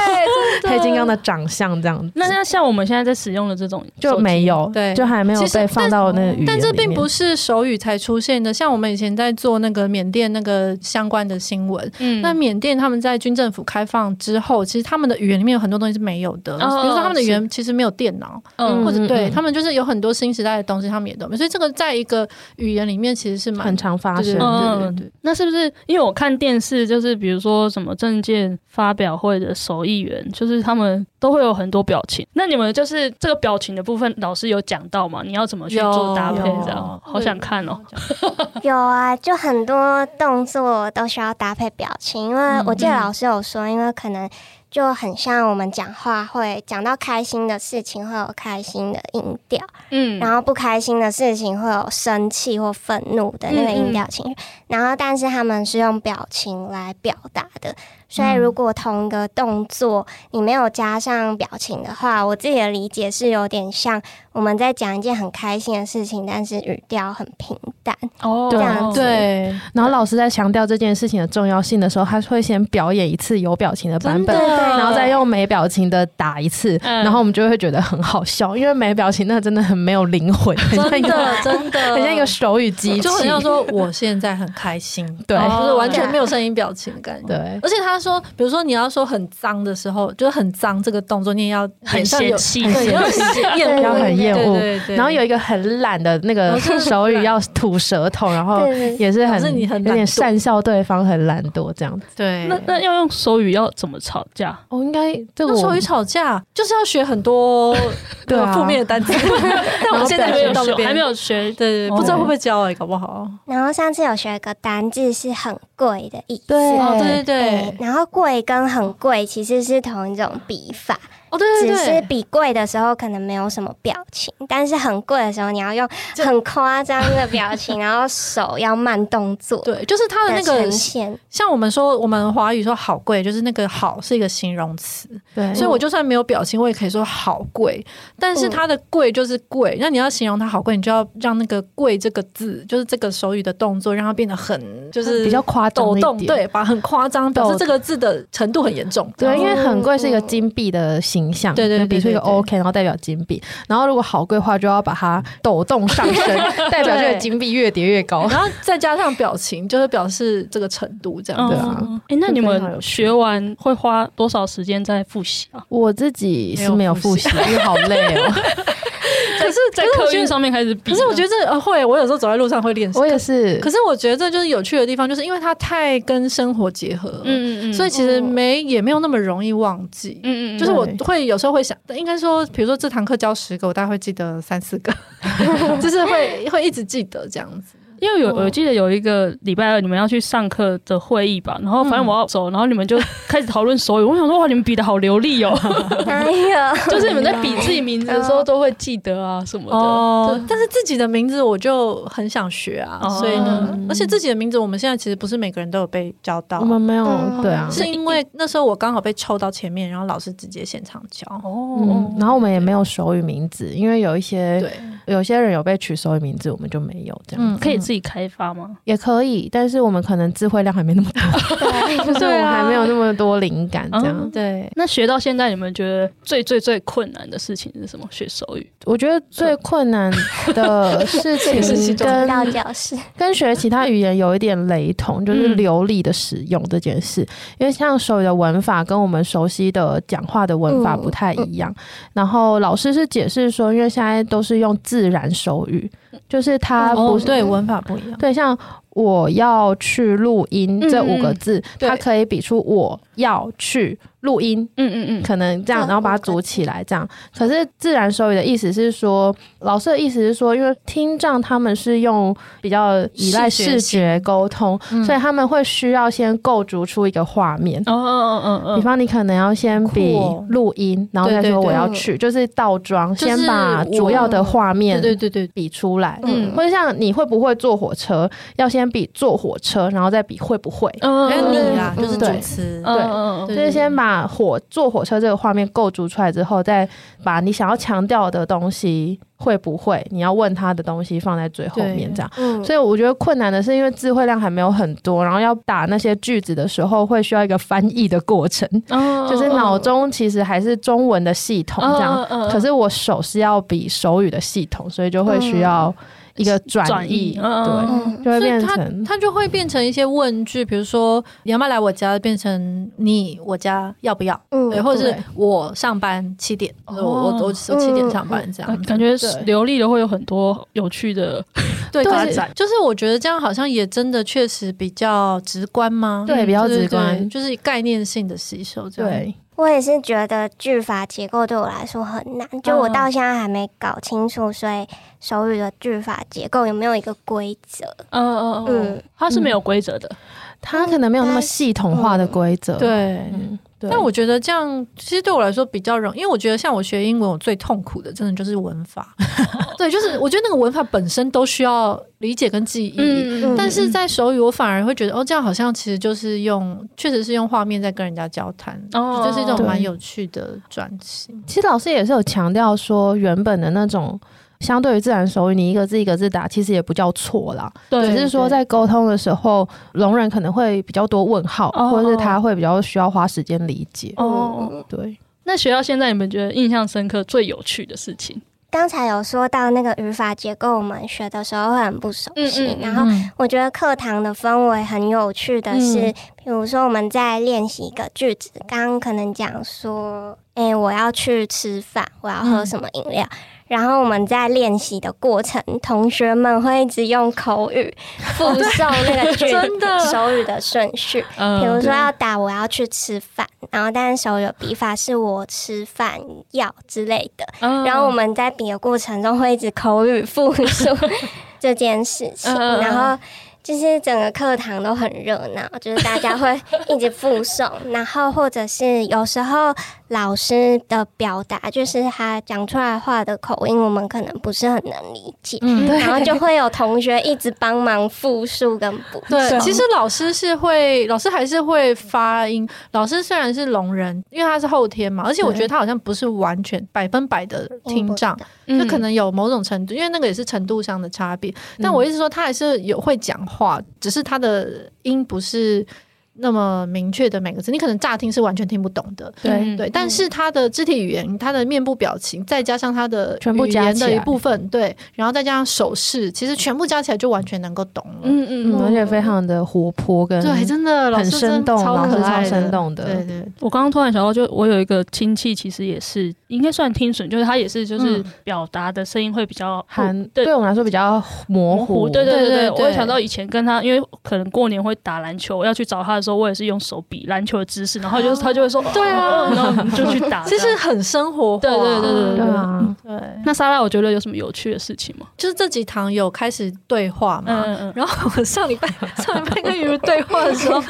Speaker 4: 对，真
Speaker 2: 黑金刚的长相这样子。
Speaker 1: 那那像我们现在在使用的这种手
Speaker 2: 就
Speaker 1: 机
Speaker 2: 没有，
Speaker 4: 对
Speaker 2: 就还没有
Speaker 4: 其实
Speaker 2: 被放到那个语言
Speaker 4: 但这
Speaker 2: 里面
Speaker 4: 并不是手语才出现的，像我们以前在做那个缅甸那个相关的新闻。
Speaker 1: 嗯
Speaker 4: 那缅甸他们在军政府开放之后，其实他们的语言里面有很多东西是没有的，
Speaker 1: 哦
Speaker 4: 比如说他们的语言其实没有电脑，
Speaker 1: 嗯
Speaker 4: 或者
Speaker 2: 嗯嗯
Speaker 4: 对
Speaker 2: 嗯
Speaker 4: 他们就是有很多新时代的东西，他们也都没有。所以这个在一个语言里面其实是蛮
Speaker 2: 很常发生
Speaker 4: 对。对
Speaker 1: 嗯
Speaker 4: 对对
Speaker 1: 那是不是因为我看电视，就是比如说什么证件发表会的手艺员，就就是他们都会有很多表情。那你们就是这个表情的部分，老师有讲到吗？你要怎么去做搭配？这样好想看哦。
Speaker 3: 有啊，就很多动作都需要搭配表情，因为我记得老师有说，因为可能。就很像我们讲话会讲到开心的事情会有开心的音调，
Speaker 1: 嗯，
Speaker 3: 然后不开心的事情会有生气或愤怒的那个音调情绪，然后但是他们是用表情来表达的，所以如果同一个动作你没有加上表情的话，我自己的理解是有点像我们在讲一件很开心的事情，但是语调很平淡，
Speaker 1: 哦，
Speaker 3: 这样子
Speaker 4: 对，
Speaker 2: 然后老师在强调这件事情的重要性的时候，他会先表演一次有表情的版本
Speaker 1: 真，的
Speaker 2: 然后再用没表情的打一次，
Speaker 1: 嗯
Speaker 2: 然后我们就会觉得很好笑，因为没表情那真的很没有灵 魂，很像
Speaker 4: 真
Speaker 2: 一个
Speaker 4: 的真的
Speaker 2: 很像一个手语机器，
Speaker 4: 就很像说我现在很开心，
Speaker 2: 对
Speaker 4: 然后就是完全
Speaker 3: 对
Speaker 4: 没有声音表情的感觉。
Speaker 2: 对。
Speaker 4: 而且他说，比如说你要说很脏的时候，就是很脏这个动作，你也要
Speaker 1: 很
Speaker 4: 像有
Speaker 1: 嫌弃，
Speaker 4: 对，要很厌恶，
Speaker 2: 要很厌恶
Speaker 4: 对对对，
Speaker 2: 然后有一个很懒的那
Speaker 4: 然
Speaker 2: 个
Speaker 4: 后是
Speaker 2: 手语要吐舌头，然后
Speaker 3: 对对
Speaker 2: 也是
Speaker 4: 表示
Speaker 2: 很
Speaker 4: 你很懒惰
Speaker 2: 有点善笑对方，很懒惰这样子。
Speaker 4: 对
Speaker 1: 那那要用手语要怎么吵架？
Speaker 2: 哦，应该这个
Speaker 4: 那
Speaker 2: 我
Speaker 4: 手语吵架就是要学很多
Speaker 2: 对啊
Speaker 4: 负面的单词， 但我们现在还
Speaker 1: 没
Speaker 4: 没
Speaker 1: 有
Speaker 4: 有到那
Speaker 1: 学，
Speaker 4: 边，
Speaker 1: 还没有学。
Speaker 4: 对对，对
Speaker 1: 哦
Speaker 4: 不知道会不会教哎，搞不好。
Speaker 3: 然后上次有学一个单字是很贵的意思，
Speaker 2: 对
Speaker 4: 哦，对对对
Speaker 3: 对，，然后贵跟很贵其实是同一种笔法，
Speaker 4: 哦对
Speaker 3: 只是
Speaker 4: 对对，
Speaker 3: 比贵的时候可能没有什么表情，但是很贵的时候你要用很夸张的表 情，然后手要慢动作
Speaker 4: 对，就是他的
Speaker 3: 的
Speaker 4: 那个
Speaker 3: 呈，现。
Speaker 4: 像我们说，我们华语说好贵，就是那个好是一个形容词，
Speaker 2: 对，
Speaker 4: 所以我就算没有表情，我也可以说好贵。但是它的贵就是贵，那你要形容它好贵，你就要让那个“贵”这个字，就是这个手语的动作，让它变得很就是
Speaker 2: 比较夸张
Speaker 4: 抖
Speaker 2: 一
Speaker 4: 动，
Speaker 2: 点
Speaker 4: 对，把很夸张，表示这个字的程度很严重。
Speaker 2: 对，因为很贵是一个
Speaker 3: 嗯
Speaker 2: 金币的形象，
Speaker 4: 对对对
Speaker 2: 就比出一个
Speaker 4: 对对对
Speaker 2: OK，然后代表金币。然后如果好贵的话，就要把它抖动上 升，代表这个金币越叠越高。
Speaker 4: 然后再加上表情，就是表示这个程度这
Speaker 1: 嗯
Speaker 4: 样子。
Speaker 2: 对啊
Speaker 1: 嗯哎，那你
Speaker 2: 就非常有
Speaker 1: 们
Speaker 2: 趣
Speaker 1: 学完会花多少时间在复习啊？
Speaker 2: 我自己是没有复习，因为好累哦。
Speaker 1: 可是，在
Speaker 4: 可是我
Speaker 1: 客
Speaker 4: 觉
Speaker 1: 运
Speaker 4: 得
Speaker 1: 上面开始比，
Speaker 4: 可是我觉得这呃会，我有时候走在路上会练 习。
Speaker 2: 我也是
Speaker 4: 可，是我觉得这就是有趣的地方，就是因为它太跟生活结合了，
Speaker 1: 嗯，嗯嗯嗯，
Speaker 4: 所以其实没也没有那么容易忘记。
Speaker 1: 嗯嗯，嗯
Speaker 4: 就是我
Speaker 2: 对
Speaker 4: 会有时候会想，应该说，比如说这堂课教十个，我大概会记得三四个， 就是会会一直记得这样子。
Speaker 1: 因为有
Speaker 2: 啊
Speaker 1: 我记得有一个礼拜二你们要去上课的会议吧，然后反正
Speaker 2: 嗯
Speaker 1: 我要走，然后你们就开始讨论手语。我想说哇，你们比的好流利 哦，
Speaker 3: 哎呦，
Speaker 1: 就是你们在比自己
Speaker 2: 啊
Speaker 1: 名字的时候都会记得啊什么的。
Speaker 2: 哦
Speaker 4: 对但是自己的名字我就很想学啊，
Speaker 1: 哦
Speaker 4: 所以呢，而且自己的名字我们现在其实不是每个人都有被教到
Speaker 2: 我，们没有
Speaker 3: 嗯
Speaker 2: 对啊，
Speaker 4: 是因为那时候我刚好被抽到前面，然后老师直接现场教。
Speaker 2: 嗯
Speaker 1: 哦，
Speaker 2: 然后我们也没有手语名字，因为有一些
Speaker 4: 对，
Speaker 2: 有些人有被取手语名字，我们就没有这样。
Speaker 4: 嗯
Speaker 1: 可以自己开发吗？
Speaker 2: 也可以，但是我们可能智慧量还没那么多， 就是我
Speaker 4: 对
Speaker 2: 们
Speaker 4: 啊
Speaker 2: 还没有那么多灵感这样
Speaker 1: 嗯。
Speaker 4: 对，
Speaker 1: 那学到现在，你们觉得最最最困难的事情是什么？学手语？
Speaker 2: 我觉得最困难的事
Speaker 4: 这个事
Speaker 2: 情
Speaker 4: 情就
Speaker 2: 跟
Speaker 3: 到教室，
Speaker 2: 跟学其他语言有一点雷同，就是
Speaker 1: 嗯
Speaker 2: 流利的使用这件事。因为像手语的文法跟我们熟悉的讲话的文法不太一
Speaker 4: 嗯
Speaker 2: 样。然后老师是解释说，因为现在都是用自然手语，就是它不
Speaker 4: 哦，
Speaker 2: 是、
Speaker 4: 对，文法不一样。
Speaker 2: 对像。我要去录音
Speaker 1: 嗯
Speaker 2: 这五个字，
Speaker 4: 对
Speaker 2: 它可以比出我要去录音
Speaker 1: 嗯嗯嗯，
Speaker 2: 可能这样，
Speaker 3: 这
Speaker 2: 然后把它
Speaker 3: 五个
Speaker 2: 组起来，这样。可是自然手语的意思是说，老师的意思是说，因为听障他们是用比较依赖
Speaker 4: 视觉
Speaker 2: 视
Speaker 4: 嗯
Speaker 2: 觉沟通，所以他们会需要先构筑出一个画面。
Speaker 1: 哦哦哦哦哦，
Speaker 2: 比方，你可能要先比
Speaker 4: 嗯酷哦
Speaker 2: 录音，然后再
Speaker 4: 对对
Speaker 2: 说我
Speaker 4: 对
Speaker 2: 要去，就是倒装，
Speaker 4: 就是
Speaker 2: 先把
Speaker 4: 我
Speaker 2: 主要的画面
Speaker 4: 对对对对，
Speaker 2: 比出来。
Speaker 1: 嗯
Speaker 2: 或者像你会不会坐火车，要先比坐火车，然后再比会不会。
Speaker 1: 嗯
Speaker 4: 还有你啦，
Speaker 3: 嗯
Speaker 4: 就是
Speaker 2: 对
Speaker 4: 主词。
Speaker 1: 嗯嗯嗯
Speaker 4: 对
Speaker 2: 就是先把火坐火车这个画面构筑出来之后，再把你想要强调的东西会不会，你要问他的东西放在最后面
Speaker 4: 对
Speaker 2: 这样。
Speaker 3: 嗯，
Speaker 2: 所以我觉得困难的是，因为智慧量还没有很多，然后要打那些句子的时候，会需要一个翻译的过程，
Speaker 1: 嗯，
Speaker 2: 就是脑中其实还是中文的系统这样，
Speaker 1: 样
Speaker 2: 可是我手是要比手语的系统，所以就会需要一个转
Speaker 1: 转
Speaker 2: 译，
Speaker 1: 译嗯
Speaker 2: 对，
Speaker 3: 嗯，
Speaker 2: 就会
Speaker 4: 所以
Speaker 2: 变
Speaker 4: 它
Speaker 2: 成
Speaker 4: 它就会变成一些问句，比如说你要不要来我家，变成你我家要不要？
Speaker 3: 嗯
Speaker 4: 对，或者是
Speaker 2: 对
Speaker 4: 我上班七点，我我我我七点上班这样
Speaker 1: 感
Speaker 4: 子。
Speaker 1: 嗯感觉
Speaker 2: 对
Speaker 1: 流利的会有很多有趣的，
Speaker 4: 对
Speaker 2: 对
Speaker 4: 发展，就是我觉得这样好像也真的确实比较直观吗？
Speaker 2: 对
Speaker 4: 嗯
Speaker 2: 比较
Speaker 4: 对
Speaker 2: 直观
Speaker 4: 对就是概念性的吸收这样。
Speaker 2: 对。
Speaker 3: 我也是觉得句法结构对我来说很难，就我
Speaker 4: 嗯
Speaker 3: 到现在还没搞清楚，所以手语的句法结构有没有一个规则？
Speaker 1: 嗯嗯嗯
Speaker 3: 嗯，
Speaker 1: 它是没有规则的，
Speaker 2: 它可能没有那
Speaker 4: 嗯
Speaker 2: 么系统化的规则。
Speaker 4: 对。
Speaker 2: 嗯，对。
Speaker 4: 但我觉得这样其实对我来说比较容易，因为我觉得像我学英文，我最痛苦的真的就是文法。对，就是我觉得那个文法本身都需要理解跟记忆。
Speaker 3: 嗯
Speaker 4: 但是在手语，我反而会觉得，哦，这样好像其实就是用，确实是用画面在跟人家交谈，
Speaker 1: 哦
Speaker 4: 这是一种
Speaker 2: 对
Speaker 4: 蛮有趣的转型。
Speaker 2: 其实老师也是有强调说，原本的那种相对于自然手语，你一个字一个字打，其实也不叫错啦，
Speaker 1: 对
Speaker 2: 只是说在沟通的时候，聋人可能会比较多问号，
Speaker 1: 哦
Speaker 2: 或者是他会比较需要花时间理解。
Speaker 1: 哦。
Speaker 3: 嗯
Speaker 2: 对，
Speaker 1: 那学到现在，你们觉得印象深刻、最有趣的事情？
Speaker 3: 刚才有说到那个语法结构，我们学的时候会很不熟
Speaker 1: 嗯
Speaker 3: 悉，
Speaker 1: 嗯嗯
Speaker 3: 然后。
Speaker 4: 嗯，
Speaker 3: 我觉得课堂的氛围很有趣的是，
Speaker 2: 嗯
Speaker 3: 比如说我们在练习一个句子，刚刚可能讲说，诶、我要去吃饭，我要喝什么饮料。
Speaker 1: 嗯
Speaker 3: 然后我们在练习的过程，同学们会一直用口语附送 那个句
Speaker 4: 真的
Speaker 3: 子手语的顺序。
Speaker 1: 嗯
Speaker 3: 比如说要打我要去吃饭，然后但是手语的笔法是我吃饭要之类的。
Speaker 1: 嗯
Speaker 3: 然后我们在比的过程中会一直口语复述这件事情，
Speaker 1: 嗯嗯嗯
Speaker 3: 然后就是整个课堂都很热闹，就是大家会一直附送， 然后或者是有时候老师的表达，就是他讲出来话的口音，我们可能不是很能理解。
Speaker 4: 嗯，
Speaker 3: 然后就会有同学一直帮忙复述跟补充。
Speaker 4: 对，其实
Speaker 1: 啊
Speaker 4: 老师是会，老师还是会发音。老师虽然是聋人，因为他是后天嘛，而且我觉得他好像不是完全百分百的听障，
Speaker 1: 嗯
Speaker 4: 就可能有某种程度，因为那个也是程度上的差别。但
Speaker 2: 嗯
Speaker 4: 我意思说，他还是有会讲话，只是他的音不是那么明确的每个字，你可能乍听是完全听不懂的。
Speaker 2: 对
Speaker 4: 对，但是他的肢体语言、他的面部表情，再加上他的
Speaker 2: 全部
Speaker 4: 语
Speaker 2: 加
Speaker 4: 言
Speaker 2: 起
Speaker 4: 的
Speaker 2: 来
Speaker 4: 一部分，对，然后再加上手势，其实全部加起来就完全能够懂了。
Speaker 1: 嗯嗯
Speaker 2: 嗯，
Speaker 1: 嗯，
Speaker 2: 而且非常的活泼跟
Speaker 4: 对，真的老
Speaker 2: 很
Speaker 4: 师真的
Speaker 2: 生动，
Speaker 4: 超
Speaker 2: 老
Speaker 4: 可
Speaker 2: 师超
Speaker 4: 爱的
Speaker 2: 生动的。
Speaker 4: 对对
Speaker 1: 我刚刚突然想到，就我有一个亲戚，其实也是应该算听损，就是他也是就是
Speaker 4: 嗯
Speaker 1: 表达的声音会比较
Speaker 2: 含
Speaker 1: 对
Speaker 2: 对我们来说比较模
Speaker 1: 模
Speaker 2: 糊，
Speaker 1: 糊，对对
Speaker 4: 对
Speaker 1: 对
Speaker 4: 对
Speaker 1: 对，
Speaker 4: 对
Speaker 1: 我也想到以前跟他，因为可能过年会打篮球，我要去找他的时候，我也是用手比篮球的姿势，然后就是他就会说，
Speaker 4: 对啊
Speaker 1: 哦 然后我们就去打。
Speaker 4: 其实很生活化，
Speaker 1: 这样，对对对对
Speaker 2: 对
Speaker 1: 对
Speaker 2: 啊
Speaker 1: 嗯
Speaker 4: 对
Speaker 1: 那莎拉，我觉得有什么有趣的事情吗？
Speaker 4: 就是这几堂有开始对话嘛，
Speaker 1: 嗯嗯
Speaker 4: 然后我上礼拜上礼拜跟鱼如对话的时 候，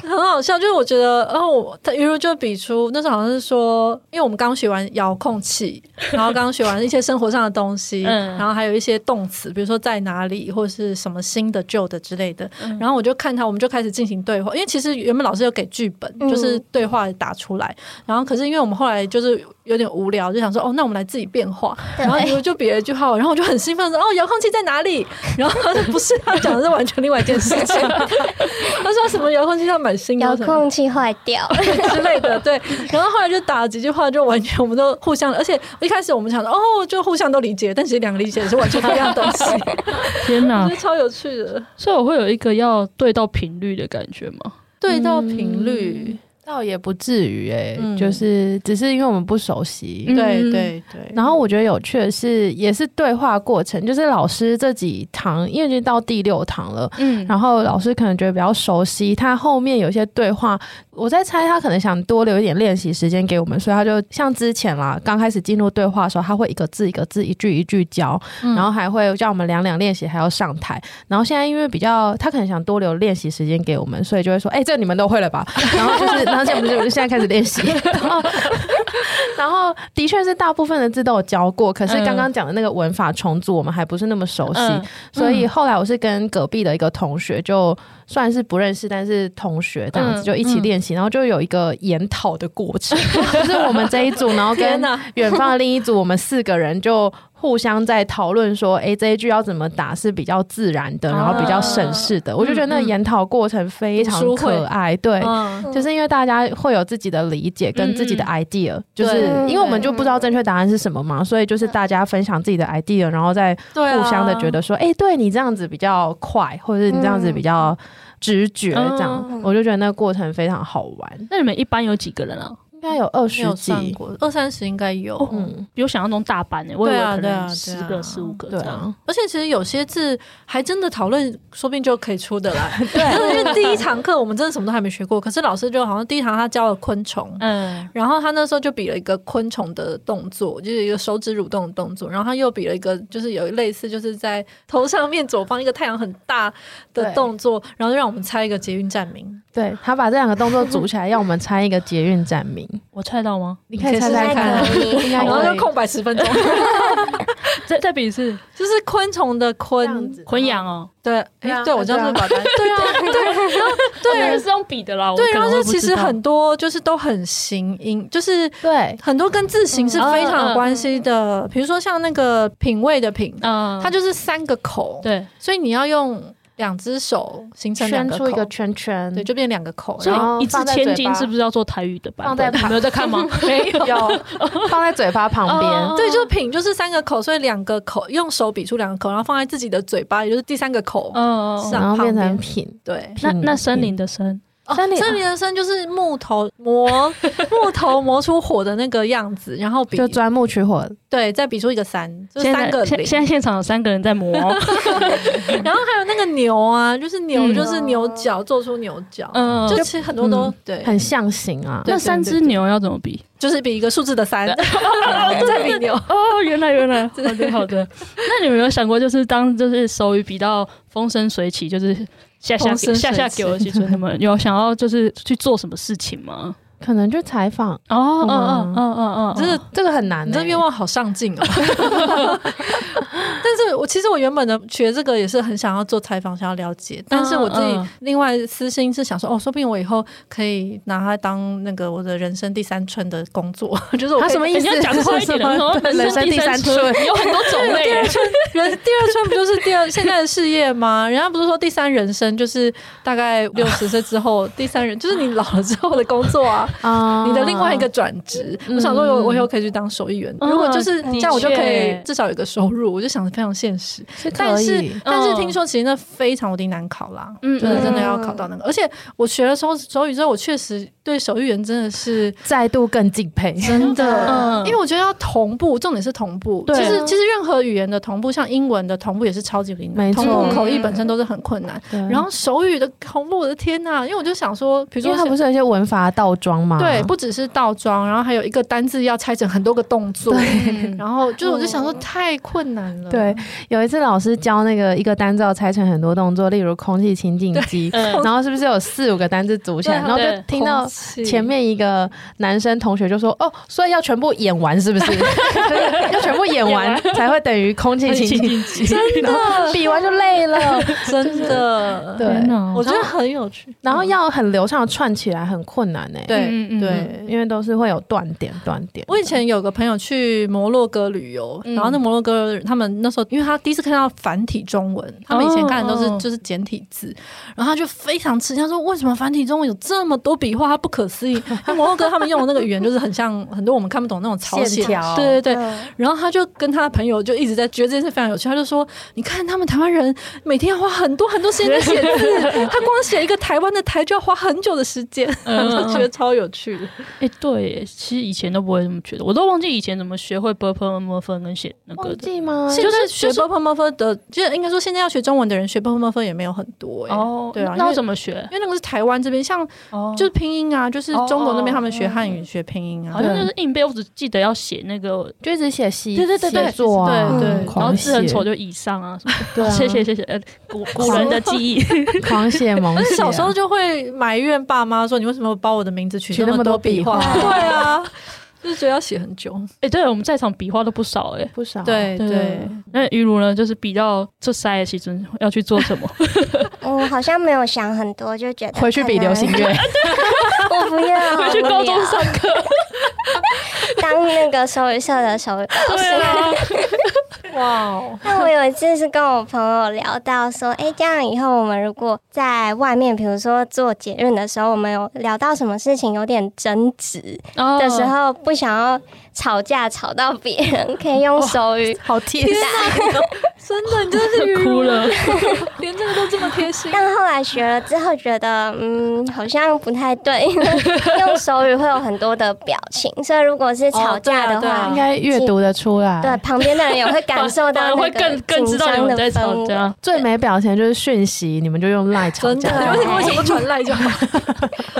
Speaker 4: 很好笑，就是我觉得，哦，我他鱼如就比出那时候好像是说，因为我们刚学完遥控器，然后刚学完一些生活上的东西，
Speaker 1: 嗯
Speaker 4: 然后还有一些动词，比如说在哪里或者是什么新的旧的之类的，
Speaker 1: 嗯
Speaker 4: 然后我就看他，我们就开始进行对话，因为其实原本老师有给剧本，就是
Speaker 3: 嗯
Speaker 4: 对话打出来，然后可是因为我们后来就是有点无聊，就想说，哦，那我们来自己变化，
Speaker 3: 对
Speaker 4: 然后就就比了一句话，然后我就很兴奋说：“哦，遥控器在哪里？”然后他说：“不是，他讲的是完全另外一件事情。” 他说：“什么遥控器要买新的
Speaker 3: 遥
Speaker 4: 什么
Speaker 3: 控器坏掉，
Speaker 4: 之类的。”对，然后后来就打了几句话，就完全我们都互相，而且一开始我们想说：“哦，就互相都理解。”但其实两个理解的是完全不一样 的东西，
Speaker 1: 天
Speaker 4: 我
Speaker 1: 哪
Speaker 4: 觉得！超有趣的。
Speaker 1: 所以我会有一个要对到频率的感觉吗？
Speaker 4: 对到频率，
Speaker 2: 倒也不至于哎、
Speaker 4: 嗯
Speaker 2: 就是只是因为我们不熟悉。
Speaker 1: 嗯
Speaker 4: 对对对，
Speaker 2: 然后我觉得有趣的是，也是对话过程，就是老师这几堂，因为已经到第六堂了，
Speaker 1: 嗯
Speaker 2: 然后老师可能觉得比较熟悉，他后面有一些对话，我在猜他可能想多留一点练习时间给我们，所以他就像之前啦，刚开始进入对话的时候，他会一个字一个字、一句一句教，
Speaker 4: 嗯
Speaker 2: 然后还会叫我们两两练习，还要上台。然后现在因为比较，他可能想多留练习时间给我们，所以就会说：“哎、这你们都会 了吧？”然后就是，然后这样我们就我就现在开始练习。然后，然后的确是大部分的字都有教过，可是刚刚讲的那个文法重组，我们还不是那么熟悉。
Speaker 1: 嗯
Speaker 2: 所以后来我是跟隔壁的一个同学，就算是不认识，但是同学这样子
Speaker 1: 嗯
Speaker 2: 就一起练习，然后就有一个研讨的过程， 就是我们这一组，然后
Speaker 4: 天
Speaker 2: 跟
Speaker 4: 哪，
Speaker 2: 远方的另一组，我们四个人就互相在讨论说，诶，这一句要怎么打是比较自然的，然后比较
Speaker 1: 啊
Speaker 2: 省事的。我就觉
Speaker 1: 嗯
Speaker 2: 得那个研讨过程非常可爱，对。
Speaker 4: 嗯
Speaker 2: 就是因为大家会有自己的理解跟自己的
Speaker 1: 嗯
Speaker 2: idea，、就是
Speaker 4: 对
Speaker 2: 因为我们就不知道正确答案是什么嘛，所以就是
Speaker 1: 嗯
Speaker 2: 大家分享自己的 idea，然后再
Speaker 4: 对啊，
Speaker 2: 互相的觉得说，哎、对你这样子比较快，或者是你这样子比较直觉，这样、
Speaker 3: 嗯
Speaker 2: 我就觉得那个过程非常好玩。
Speaker 1: 那你们一般有几个人啊？
Speaker 2: 应该有二
Speaker 4: 没
Speaker 2: 十
Speaker 4: 有
Speaker 2: 几，
Speaker 4: 算过，二三十应该有。
Speaker 2: 嗯，
Speaker 1: 比我想象中大班欸诶、我以为
Speaker 4: 对啊
Speaker 1: 可
Speaker 4: 对啊
Speaker 1: 能
Speaker 4: 对啊
Speaker 1: 十个、十五个这
Speaker 2: 对
Speaker 1: 样。
Speaker 2: 啊，
Speaker 4: 而且其实有些字还真的讨论，说不定就可以出 得来。 对，因为第一堂课我们真的什么都还没学过，可是老师就好像第一堂他教了昆虫，
Speaker 1: 嗯，
Speaker 4: 然后他那时候就比了一个昆虫的动作，就是一个手指蠕动的动作，然后他又比了一个，就是有类似就是在头上面左方一个太阳很大的
Speaker 2: 对
Speaker 4: 动作，然后就让我们猜一个捷运站 名。
Speaker 2: 对他把这两个动作组起来，让我们猜一个捷运站名，
Speaker 1: 我猜到吗？
Speaker 2: 你可以猜猜看
Speaker 4: 啊
Speaker 3: 你可以猜猜，看
Speaker 2: 应 该
Speaker 4: 然后
Speaker 2: 可
Speaker 4: 就
Speaker 2: 以
Speaker 4: 空白十分钟，
Speaker 1: 再再比一次，
Speaker 4: 就是昆虫的
Speaker 2: 这样
Speaker 4: 昆，
Speaker 2: 子
Speaker 1: 昆阳哦，
Speaker 4: 对，
Speaker 2: 对啊
Speaker 4: 哎，对我这样是不是把答案，对啊，
Speaker 1: 对，那个是用比的啦。我
Speaker 4: 对，
Speaker 1: 可
Speaker 4: 然
Speaker 1: 能
Speaker 4: 后
Speaker 1: 会
Speaker 4: 就
Speaker 1: 不
Speaker 4: 其实
Speaker 1: 知道
Speaker 4: 很多就是都很形音，就是
Speaker 2: 对，
Speaker 4: 很多跟字形是非常有关系的。比如说像那个品味的品，
Speaker 1: 嗯，
Speaker 4: 它就是三个口，
Speaker 1: 对，
Speaker 4: 所以你要用两只手形成两
Speaker 2: 圈
Speaker 4: 个
Speaker 2: 出一个
Speaker 4: 口，
Speaker 2: 圈圈，
Speaker 4: 对，就变两个口。
Speaker 1: 所
Speaker 4: 然后
Speaker 1: 以一
Speaker 2: 放
Speaker 1: 字
Speaker 2: 在
Speaker 1: 千
Speaker 2: 嘴
Speaker 1: 金
Speaker 2: 巴
Speaker 1: 是不是要做台语的版
Speaker 2: 放
Speaker 1: 本？
Speaker 2: 在
Speaker 1: 你没有在看吗？没有，
Speaker 2: 有放在嘴巴旁边，
Speaker 4: 对，就品就是三个口，所以两个口用手比出两个口，然后放在自己的嘴巴，也就是第三个口。
Speaker 1: 嗯，嗯嗯
Speaker 4: 是啊
Speaker 2: 然后变
Speaker 4: 旁边
Speaker 2: 成品。
Speaker 4: 对，
Speaker 1: 那
Speaker 2: 品
Speaker 1: 那森林的森，
Speaker 4: 哦
Speaker 2: 森林
Speaker 4: 森林的森就是木头磨木头磨出火的那个样子，然后比
Speaker 2: 就钻木取火，
Speaker 4: 对，再比出一个三，就是
Speaker 1: 现在
Speaker 4: 三个
Speaker 1: 现
Speaker 4: 零。
Speaker 1: 现在现场有三个人在磨，
Speaker 4: 然后还有那个牛啊，就是牛，
Speaker 1: 嗯
Speaker 4: 就是牛角做出牛角，
Speaker 1: 嗯，
Speaker 4: 就其实很多都、
Speaker 2: 嗯
Speaker 4: 对，
Speaker 2: 很象形啊。
Speaker 4: 对
Speaker 1: 那三只牛要怎么比？
Speaker 4: 就是比一个数字的三， 再比牛。
Speaker 1: 哦，原来原来， 好的好的。那你们有没有想过，就是当就是手语比到风生水起，就是下下
Speaker 4: 风生水起
Speaker 1: 下下给我几准，你们有想要就是去做什么事情吗？
Speaker 2: 可能就采访，
Speaker 1: 哦，嗯嗯嗯嗯嗯，
Speaker 4: 这个
Speaker 2: 这个很难、欸。
Speaker 4: 你这愿望好上进哦！ 但是我其实我原本的学这个也是很想要做采访，想要了解，但是我自己
Speaker 1: 嗯
Speaker 4: 另外私心是想说，哦，说不定我以后可以拿它当那个我的人生第三春的工作， 就是我
Speaker 2: 他
Speaker 4: 可以
Speaker 2: 什么意思
Speaker 1: 哎你要讲快一点，哦然后
Speaker 2: 人生第三春
Speaker 1: 春有很多种类，
Speaker 4: 人第二春不就是第二现在的事业吗？人家不是说第三人生就是大概六十岁之后，第三人就是你老了之后的工作啊，
Speaker 2: 啊
Speaker 4: 你的另外一个转职。
Speaker 2: 嗯
Speaker 4: 我想说，我我以后可以去当手艺员，
Speaker 1: 嗯
Speaker 4: 如果就是
Speaker 1: 的
Speaker 4: 这样，我就可以
Speaker 1: 确
Speaker 4: 至少有个收入。我就想得非常现实，
Speaker 2: 是可
Speaker 4: 但是
Speaker 2: 以，
Speaker 4: 但是
Speaker 1: 嗯
Speaker 4: 听说其实那非常无敌难考啦。
Speaker 1: 嗯
Speaker 4: 就是真的
Speaker 1: 嗯
Speaker 4: 要考到那个，而且我学了手手语之后，我确实对手艺员真的是
Speaker 2: 再度更敬佩。
Speaker 4: 真的
Speaker 1: 嗯，
Speaker 4: 因为我觉得要同步，重点是同步。
Speaker 1: 对
Speaker 4: 其实其实任何语言的同步，像英文的同步也是超级困难，
Speaker 2: 没错嗯
Speaker 4: 同步口译本身都是很困难。
Speaker 2: 对
Speaker 4: 然后手语的同步，我的天呐！因为我就想说，比如
Speaker 2: 因
Speaker 4: 说
Speaker 2: 为它不是有啊一些文法倒装吗？
Speaker 4: 对，不只是倒装，然后还有一个单字要拆成很多个动作，然后就是我就想说太困难了。
Speaker 2: 对，有一次老师教那个一个单字要拆成很多动作，例如空气清净机，
Speaker 1: 嗯
Speaker 2: 然后是不是有四五个单字组起来，
Speaker 4: 对
Speaker 2: 然后
Speaker 1: 对
Speaker 2: 就听到
Speaker 4: 空气
Speaker 2: 前面一个男生同学就说：“哦，所以要全部演完是不是？ 就是要全部演完才会等于空气清净机，真的 比完就累了。
Speaker 4: 真的，
Speaker 2: 对
Speaker 1: 天哪
Speaker 4: 我觉得很有趣”。
Speaker 2: 然后要很流畅地串起来很困难呢、欸
Speaker 4: 对
Speaker 1: 嗯嗯嗯
Speaker 4: 对，
Speaker 2: 因为都是会有断点断点。
Speaker 4: 我以前有个朋友去摩洛哥旅游，然后那摩洛哥人他们那时候，因为他第一次看到繁体中文，他们以前看的都是
Speaker 1: 哦
Speaker 4: 就是简体字，然后他就非常吃惊，他说为什么繁体中文有这么多笔画，他不可思议。因为摩洛哥他们用的那个语言就是很像很多我们看不懂那种朝鲜
Speaker 2: 线条
Speaker 4: 对对对。
Speaker 3: 嗯
Speaker 4: 然后他就跟他的朋友就一直在觉得这件事非常有趣，他就说：“你看他们台湾人每天要花很多很多时间在写字，他光写一个台湾的台就要花很久的时间， 我就觉得超有趣的。
Speaker 1: 哎，对耶，其实以前都不会这么觉得，我都忘记以前怎么学会 b u r p l e m 分跟写那个
Speaker 2: 忘
Speaker 1: 的。
Speaker 2: 记吗？
Speaker 4: 现在学 b u r p l e m u f f e r 的，就是应该说现在要学中文的人学 b u r p l e m u f f e r 也没有很多哎、
Speaker 1: 哦，
Speaker 4: 对啊，
Speaker 1: 那
Speaker 4: 因
Speaker 1: 我
Speaker 4: 为
Speaker 1: 怎么学？
Speaker 4: 因为那个是台湾这边，像
Speaker 1: 哦
Speaker 4: 就是拼音啊，就是
Speaker 1: 哦
Speaker 4: 中国那边
Speaker 1: 哦
Speaker 4: 他们学汉语学拼音啊
Speaker 1: 好，像就是硬背，我只记得要写那个，嗯
Speaker 2: 就一直写习
Speaker 4: 对对对对
Speaker 2: 写作啊，
Speaker 4: 对
Speaker 3: 对对
Speaker 1: 然后
Speaker 2: 狂
Speaker 1: 字很
Speaker 2: 写，
Speaker 1: 丑就以上啊什么的。
Speaker 2: 对 啊，
Speaker 1: 谢谢谢谢，呃，古古人的记忆。
Speaker 2: 狂写猛
Speaker 4: 而
Speaker 2: 写
Speaker 4: 且
Speaker 2: 啊。
Speaker 4: 小时候就会埋怨爸妈说：“你为什么把我的名字取
Speaker 2: 取那
Speaker 4: 么
Speaker 2: 么多
Speaker 4: 笔
Speaker 2: 笔画
Speaker 4: 对啊，就是觉得要写很久。
Speaker 1: 哎，对我们在场笔画都不少 哎。
Speaker 2: 不少，
Speaker 4: 对
Speaker 1: 对
Speaker 4: 对，
Speaker 1: 那于如呢，就是比较这塞的时阵要去做什么？
Speaker 3: 嗯我好像没有想很多，就觉得
Speaker 2: 回去比流行乐，
Speaker 3: 可能，我不要，
Speaker 1: 回去
Speaker 3: 好无
Speaker 1: 高
Speaker 3: 聊
Speaker 1: 中上课。
Speaker 3: 当那个手语社的手语老师。
Speaker 1: 啊，
Speaker 4: 哇哦，
Speaker 3: 那我有一次是跟我朋友聊到说，哎、这样以后我们如果在外面，比如说做捷运的时候，我们有聊到什么事情有点争执
Speaker 1: 嗯
Speaker 3: 的时
Speaker 1: 哦
Speaker 3: 候，
Speaker 2: 哦
Speaker 3: 不想要吵架吵到别人，可以用手语。
Speaker 2: 好贴
Speaker 4: 天哪，真的，你 真的是语
Speaker 1: 哭了，
Speaker 4: 连这个都这么贴 心。
Speaker 3: 但后来学了之后，觉得嗯，好像不太对， 因为用手语会有很多的表情，所以如果是吵架的
Speaker 4: 哦对啊
Speaker 3: 话，
Speaker 2: 应该阅读得出来。
Speaker 3: 对，旁边的人也会感受
Speaker 1: 哎反
Speaker 3: 到
Speaker 1: 而
Speaker 3: 那
Speaker 1: 会
Speaker 3: 个
Speaker 1: 更更知
Speaker 3: 紧
Speaker 1: 道你
Speaker 3: 张
Speaker 1: 们
Speaker 3: 的
Speaker 1: 在啊吵
Speaker 3: 氛围。
Speaker 1: 架。
Speaker 2: 最没表情就是讯息，你们就用赖吵
Speaker 4: 真的，
Speaker 2: 架。
Speaker 4: 你
Speaker 3: 对
Speaker 4: 为什么为什么传赖就好？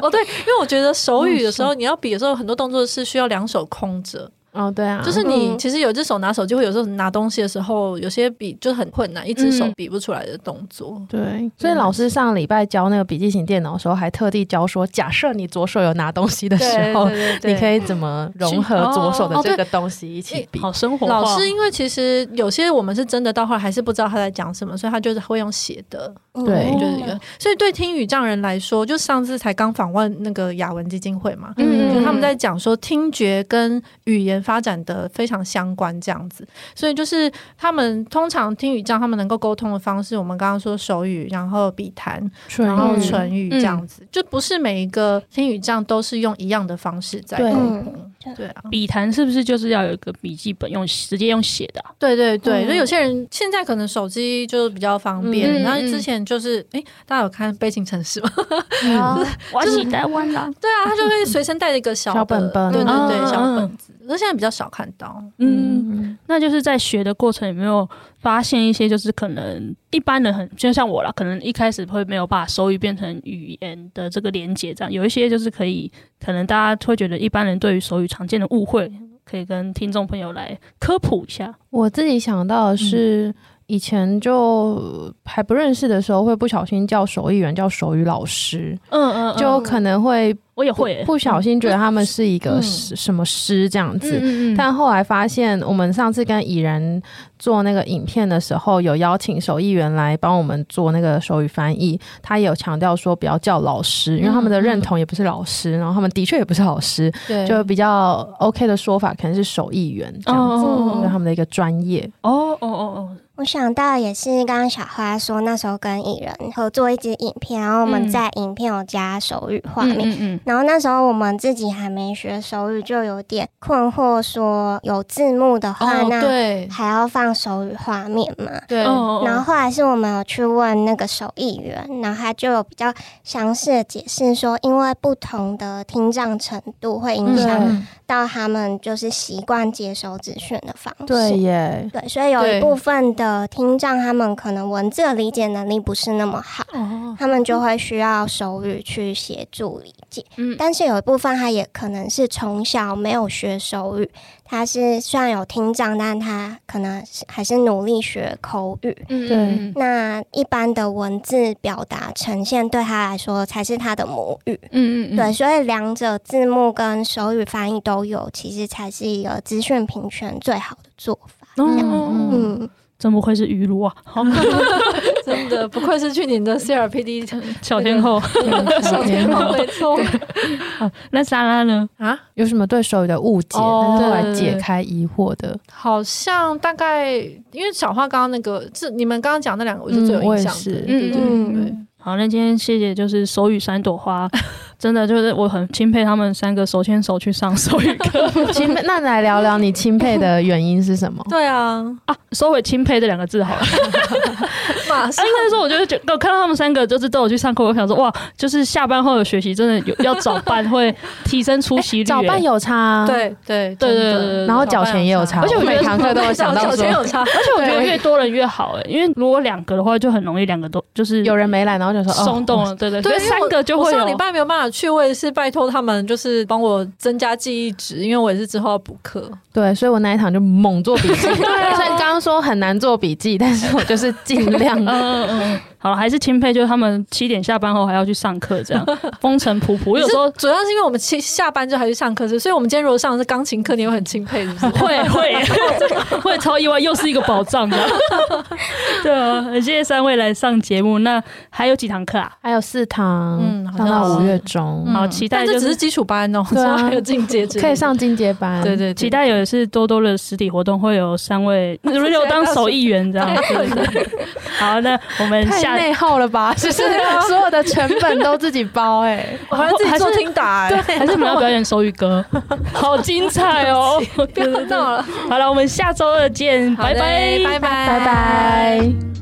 Speaker 4: 哦，对，因为我觉得手语的时候，你要比的时候，很多动作是需要两手空着，
Speaker 2: 哦，对啊，
Speaker 4: 就是你
Speaker 3: 嗯
Speaker 4: 其实有一只手拿手机，会有时候拿东西的时候，有些比就很困难，一只手
Speaker 1: 嗯
Speaker 4: 比不出来的动 作。
Speaker 2: 对，所以老师上礼拜教那个笔记型电脑的时候，还特地教说，假设你左手有拿东西的时候，
Speaker 4: 对
Speaker 2: 哦你可以怎么融合
Speaker 4: 去
Speaker 2: 左手的
Speaker 4: 哦
Speaker 2: 这个东西一起比。
Speaker 1: 好生活化，
Speaker 4: 老师，因为其实有些我们是真的到后来还是不知道他在讲什么，所以他就是会用写的，
Speaker 2: 对
Speaker 4: 就
Speaker 3: 嗯
Speaker 4: 是一个。所以对听语障人来说，就上次才刚访问那个雅文基金会嘛，
Speaker 2: 嗯
Speaker 4: 就他们在讲说听觉跟语言发展的非常相关这样子，所以就是他们通常听语障他们能够沟通的方式，我们刚刚说手语，然后笔谈，然后
Speaker 3: 嗯
Speaker 4: 唇语这样子，就不是每一个听语障都是用一样的方式在沟
Speaker 2: 对
Speaker 4: 通
Speaker 3: 嗯，
Speaker 4: 对啊，
Speaker 1: 笔谈是不是就是要有一个笔记本用直接用写的啊、
Speaker 4: 对对对，
Speaker 3: 嗯
Speaker 4: 所以有些人现在可能手机就比较方
Speaker 1: 嗯
Speaker 4: 便，
Speaker 1: 嗯
Speaker 4: 然后之前就是哎，大家有看《悲情城市》吗？
Speaker 3: 好
Speaker 1: 我是台湾人，
Speaker 4: 对啊，他就会随身带着一个小
Speaker 2: 小
Speaker 4: 的
Speaker 2: 本本
Speaker 4: 对对
Speaker 1: 嗯
Speaker 4: 对，小
Speaker 1: 嗯
Speaker 4: 本子，那现在比较少看到。
Speaker 1: 嗯，
Speaker 2: 嗯，
Speaker 1: 那就是在学的过程有没有发现一些，就是可能一般人很就像我啦，可能一开始会没有把手语变成语言的这个连接，这样有一些就是可以，可能大家会觉得一般人对于手语常见的误会，可以跟听众朋友来科普一下。
Speaker 2: 我自己想到的是。以前就还不认识的时候，会不小心叫手艺人叫手语老师，
Speaker 1: 嗯嗯
Speaker 2: 就可能会
Speaker 1: 我也
Speaker 2: 不
Speaker 1: 会、欸，
Speaker 2: 不小心觉得他们是一个
Speaker 4: 嗯
Speaker 2: 什什么师这样子，
Speaker 4: 嗯
Speaker 2: 但后来发现，我们上次跟蚁人做那个影片的时候，有邀请手艺员来帮我们做那个手语翻译。他也有强调说，不要叫老师，因为他们的认同也不是老师，然后他们的确也不是老师，
Speaker 4: 对
Speaker 2: 就比较 OK 的说法，可能是手艺员这样子，
Speaker 1: 哦
Speaker 2: 就是他们的一个专业。
Speaker 1: 哦哦哦
Speaker 3: 我想到也是刚刚小花说，那时候跟艺人合作一支影片，然后我
Speaker 1: 嗯
Speaker 3: 们在影片有加手语
Speaker 1: 哦，
Speaker 3: 画面。
Speaker 1: 嗯
Speaker 3: 然后那时候我们自己还没学手语，就有点困惑，说有字幕的话，
Speaker 4: 哦，
Speaker 3: 那
Speaker 4: 对
Speaker 3: 还要放手语画面吗？
Speaker 4: 对，
Speaker 1: 哦
Speaker 3: 然后后来是我们有去问那个手艺员，然后他就有比较详细的解释说，因为不同的听障程度会影响
Speaker 2: 嗯
Speaker 3: 到他们就是习惯接收资讯的方 式。
Speaker 2: 对 耶，
Speaker 3: 对所以有
Speaker 4: 对
Speaker 3: 一部分的听障，他们可能文字的理解能力不是那么好，
Speaker 1: 哦，
Speaker 3: 他们就会需要手语去协助理解。
Speaker 1: 嗯
Speaker 3: 但是有一部分他也可能是从小没有学手语，他是虽然有听障，但他可能是还是努力学口语。
Speaker 4: 嗯
Speaker 2: 对
Speaker 4: 嗯
Speaker 3: 那一般的文字表达呈现对他来说才是他的母语，
Speaker 1: 嗯嗯嗯，
Speaker 3: 对，所以两者字幕跟手语翻译都有，其实才是一个资讯平权最好的做法。
Speaker 1: 嗯嗯，
Speaker 3: 嗯，
Speaker 1: 怎么会是鱼卢啊？ 好，
Speaker 4: 真的不愧是去年的 CRPD
Speaker 1: 小天后，
Speaker 4: 手天后，没错
Speaker 1: 那莎拉呢？
Speaker 4: 啊，
Speaker 2: 有什么对手语的误解，但
Speaker 4: 哦
Speaker 2: 是后来解开疑惑的，
Speaker 4: 好像大概因为小花刚刚那个，这你们刚刚讲那两个，我是最有
Speaker 2: 嗯我
Speaker 4: 印
Speaker 2: 也
Speaker 4: 象
Speaker 2: 是
Speaker 4: 的，对对对对
Speaker 3: 嗯
Speaker 1: 好，那今天谢谢，就是手语三朵花，真的就是我很钦佩他们三个手牵手去上手语课
Speaker 2: 钦佩。那来聊聊你钦佩的原因是什 么？
Speaker 4: 对啊，
Speaker 1: 啊。收回“钦佩”这两个字好了。
Speaker 4: 马上
Speaker 1: 应该说，我就是觉得我看到他们三个就是都有去上课，我想说哇，就是下班后的学习真的有要早办会提升出席率、
Speaker 2: 哎早办
Speaker 1: 欸
Speaker 2: 有差、啊，
Speaker 4: 对对
Speaker 1: 对对
Speaker 4: 真
Speaker 1: 对
Speaker 4: 的
Speaker 1: 对
Speaker 2: 然后缴钱也有差，
Speaker 4: 而且
Speaker 1: 我觉得
Speaker 2: 每堂课都有想到
Speaker 4: 小
Speaker 2: 说
Speaker 4: 钱，有差，
Speaker 1: 而且我觉得越多人越好哎、因为如果两个的话，就很容易两个都
Speaker 4: 嗯
Speaker 1: 就是
Speaker 2: 有人没来，然后就说
Speaker 1: 松动
Speaker 2: 哦，
Speaker 1: 了，对对
Speaker 4: 对，
Speaker 1: 所以三个就
Speaker 4: 因为我
Speaker 1: 会
Speaker 4: 我上礼
Speaker 1: 有。。
Speaker 4: 拜没有办法去，我也是拜托他们，就是帮我增加记忆值，因为我也是之后要补课。
Speaker 2: 对，所以我那一场就猛做笔 记。虽
Speaker 4: 啊
Speaker 2: 然刚刚说很难做笔记，但是我就是尽 量
Speaker 1: 嗯嗯嗯，好了，还是钦佩，就是他们七点下班后还要去上课，这样风尘仆仆。我有时候
Speaker 4: 你是主要是因为我们七下班之后还去上课，是不是所以我们今天如果上的是钢琴课，你会很钦佩，是不 是？
Speaker 1: 会 会会超意外，又是一个宝藏 的。对啊，很谢谢三位来上节目。那还有几堂课啊？
Speaker 2: 还有四堂，
Speaker 4: 嗯好
Speaker 2: 上
Speaker 4: 像
Speaker 2: 到
Speaker 4: 是
Speaker 2: 五月中，
Speaker 1: 好期待
Speaker 4: 嗯但
Speaker 1: 就
Speaker 4: 这
Speaker 1: 是
Speaker 4: 只是基础班哦，
Speaker 2: 对啊
Speaker 4: 之后还有进阶之类的
Speaker 2: 可以。上进阶班。
Speaker 4: 对对，对
Speaker 1: 期待有一次多多的实体活动会有三位
Speaker 4: 是
Speaker 1: radio 当手艺员这样。
Speaker 4: 对对对啊
Speaker 1: 好，那我们
Speaker 2: 太
Speaker 1: 下
Speaker 2: 内耗了 吧？就是 所有的成本都自己包哎、
Speaker 4: 我还要自己做听打、欸，
Speaker 1: 哦还是我们 要表演手语歌，好精彩哦！
Speaker 4: 不要闹了，
Speaker 1: 好了，我们下周二见，
Speaker 4: 好
Speaker 1: 拜
Speaker 4: 嘞
Speaker 1: 拜，
Speaker 4: 拜拜，
Speaker 2: 拜拜。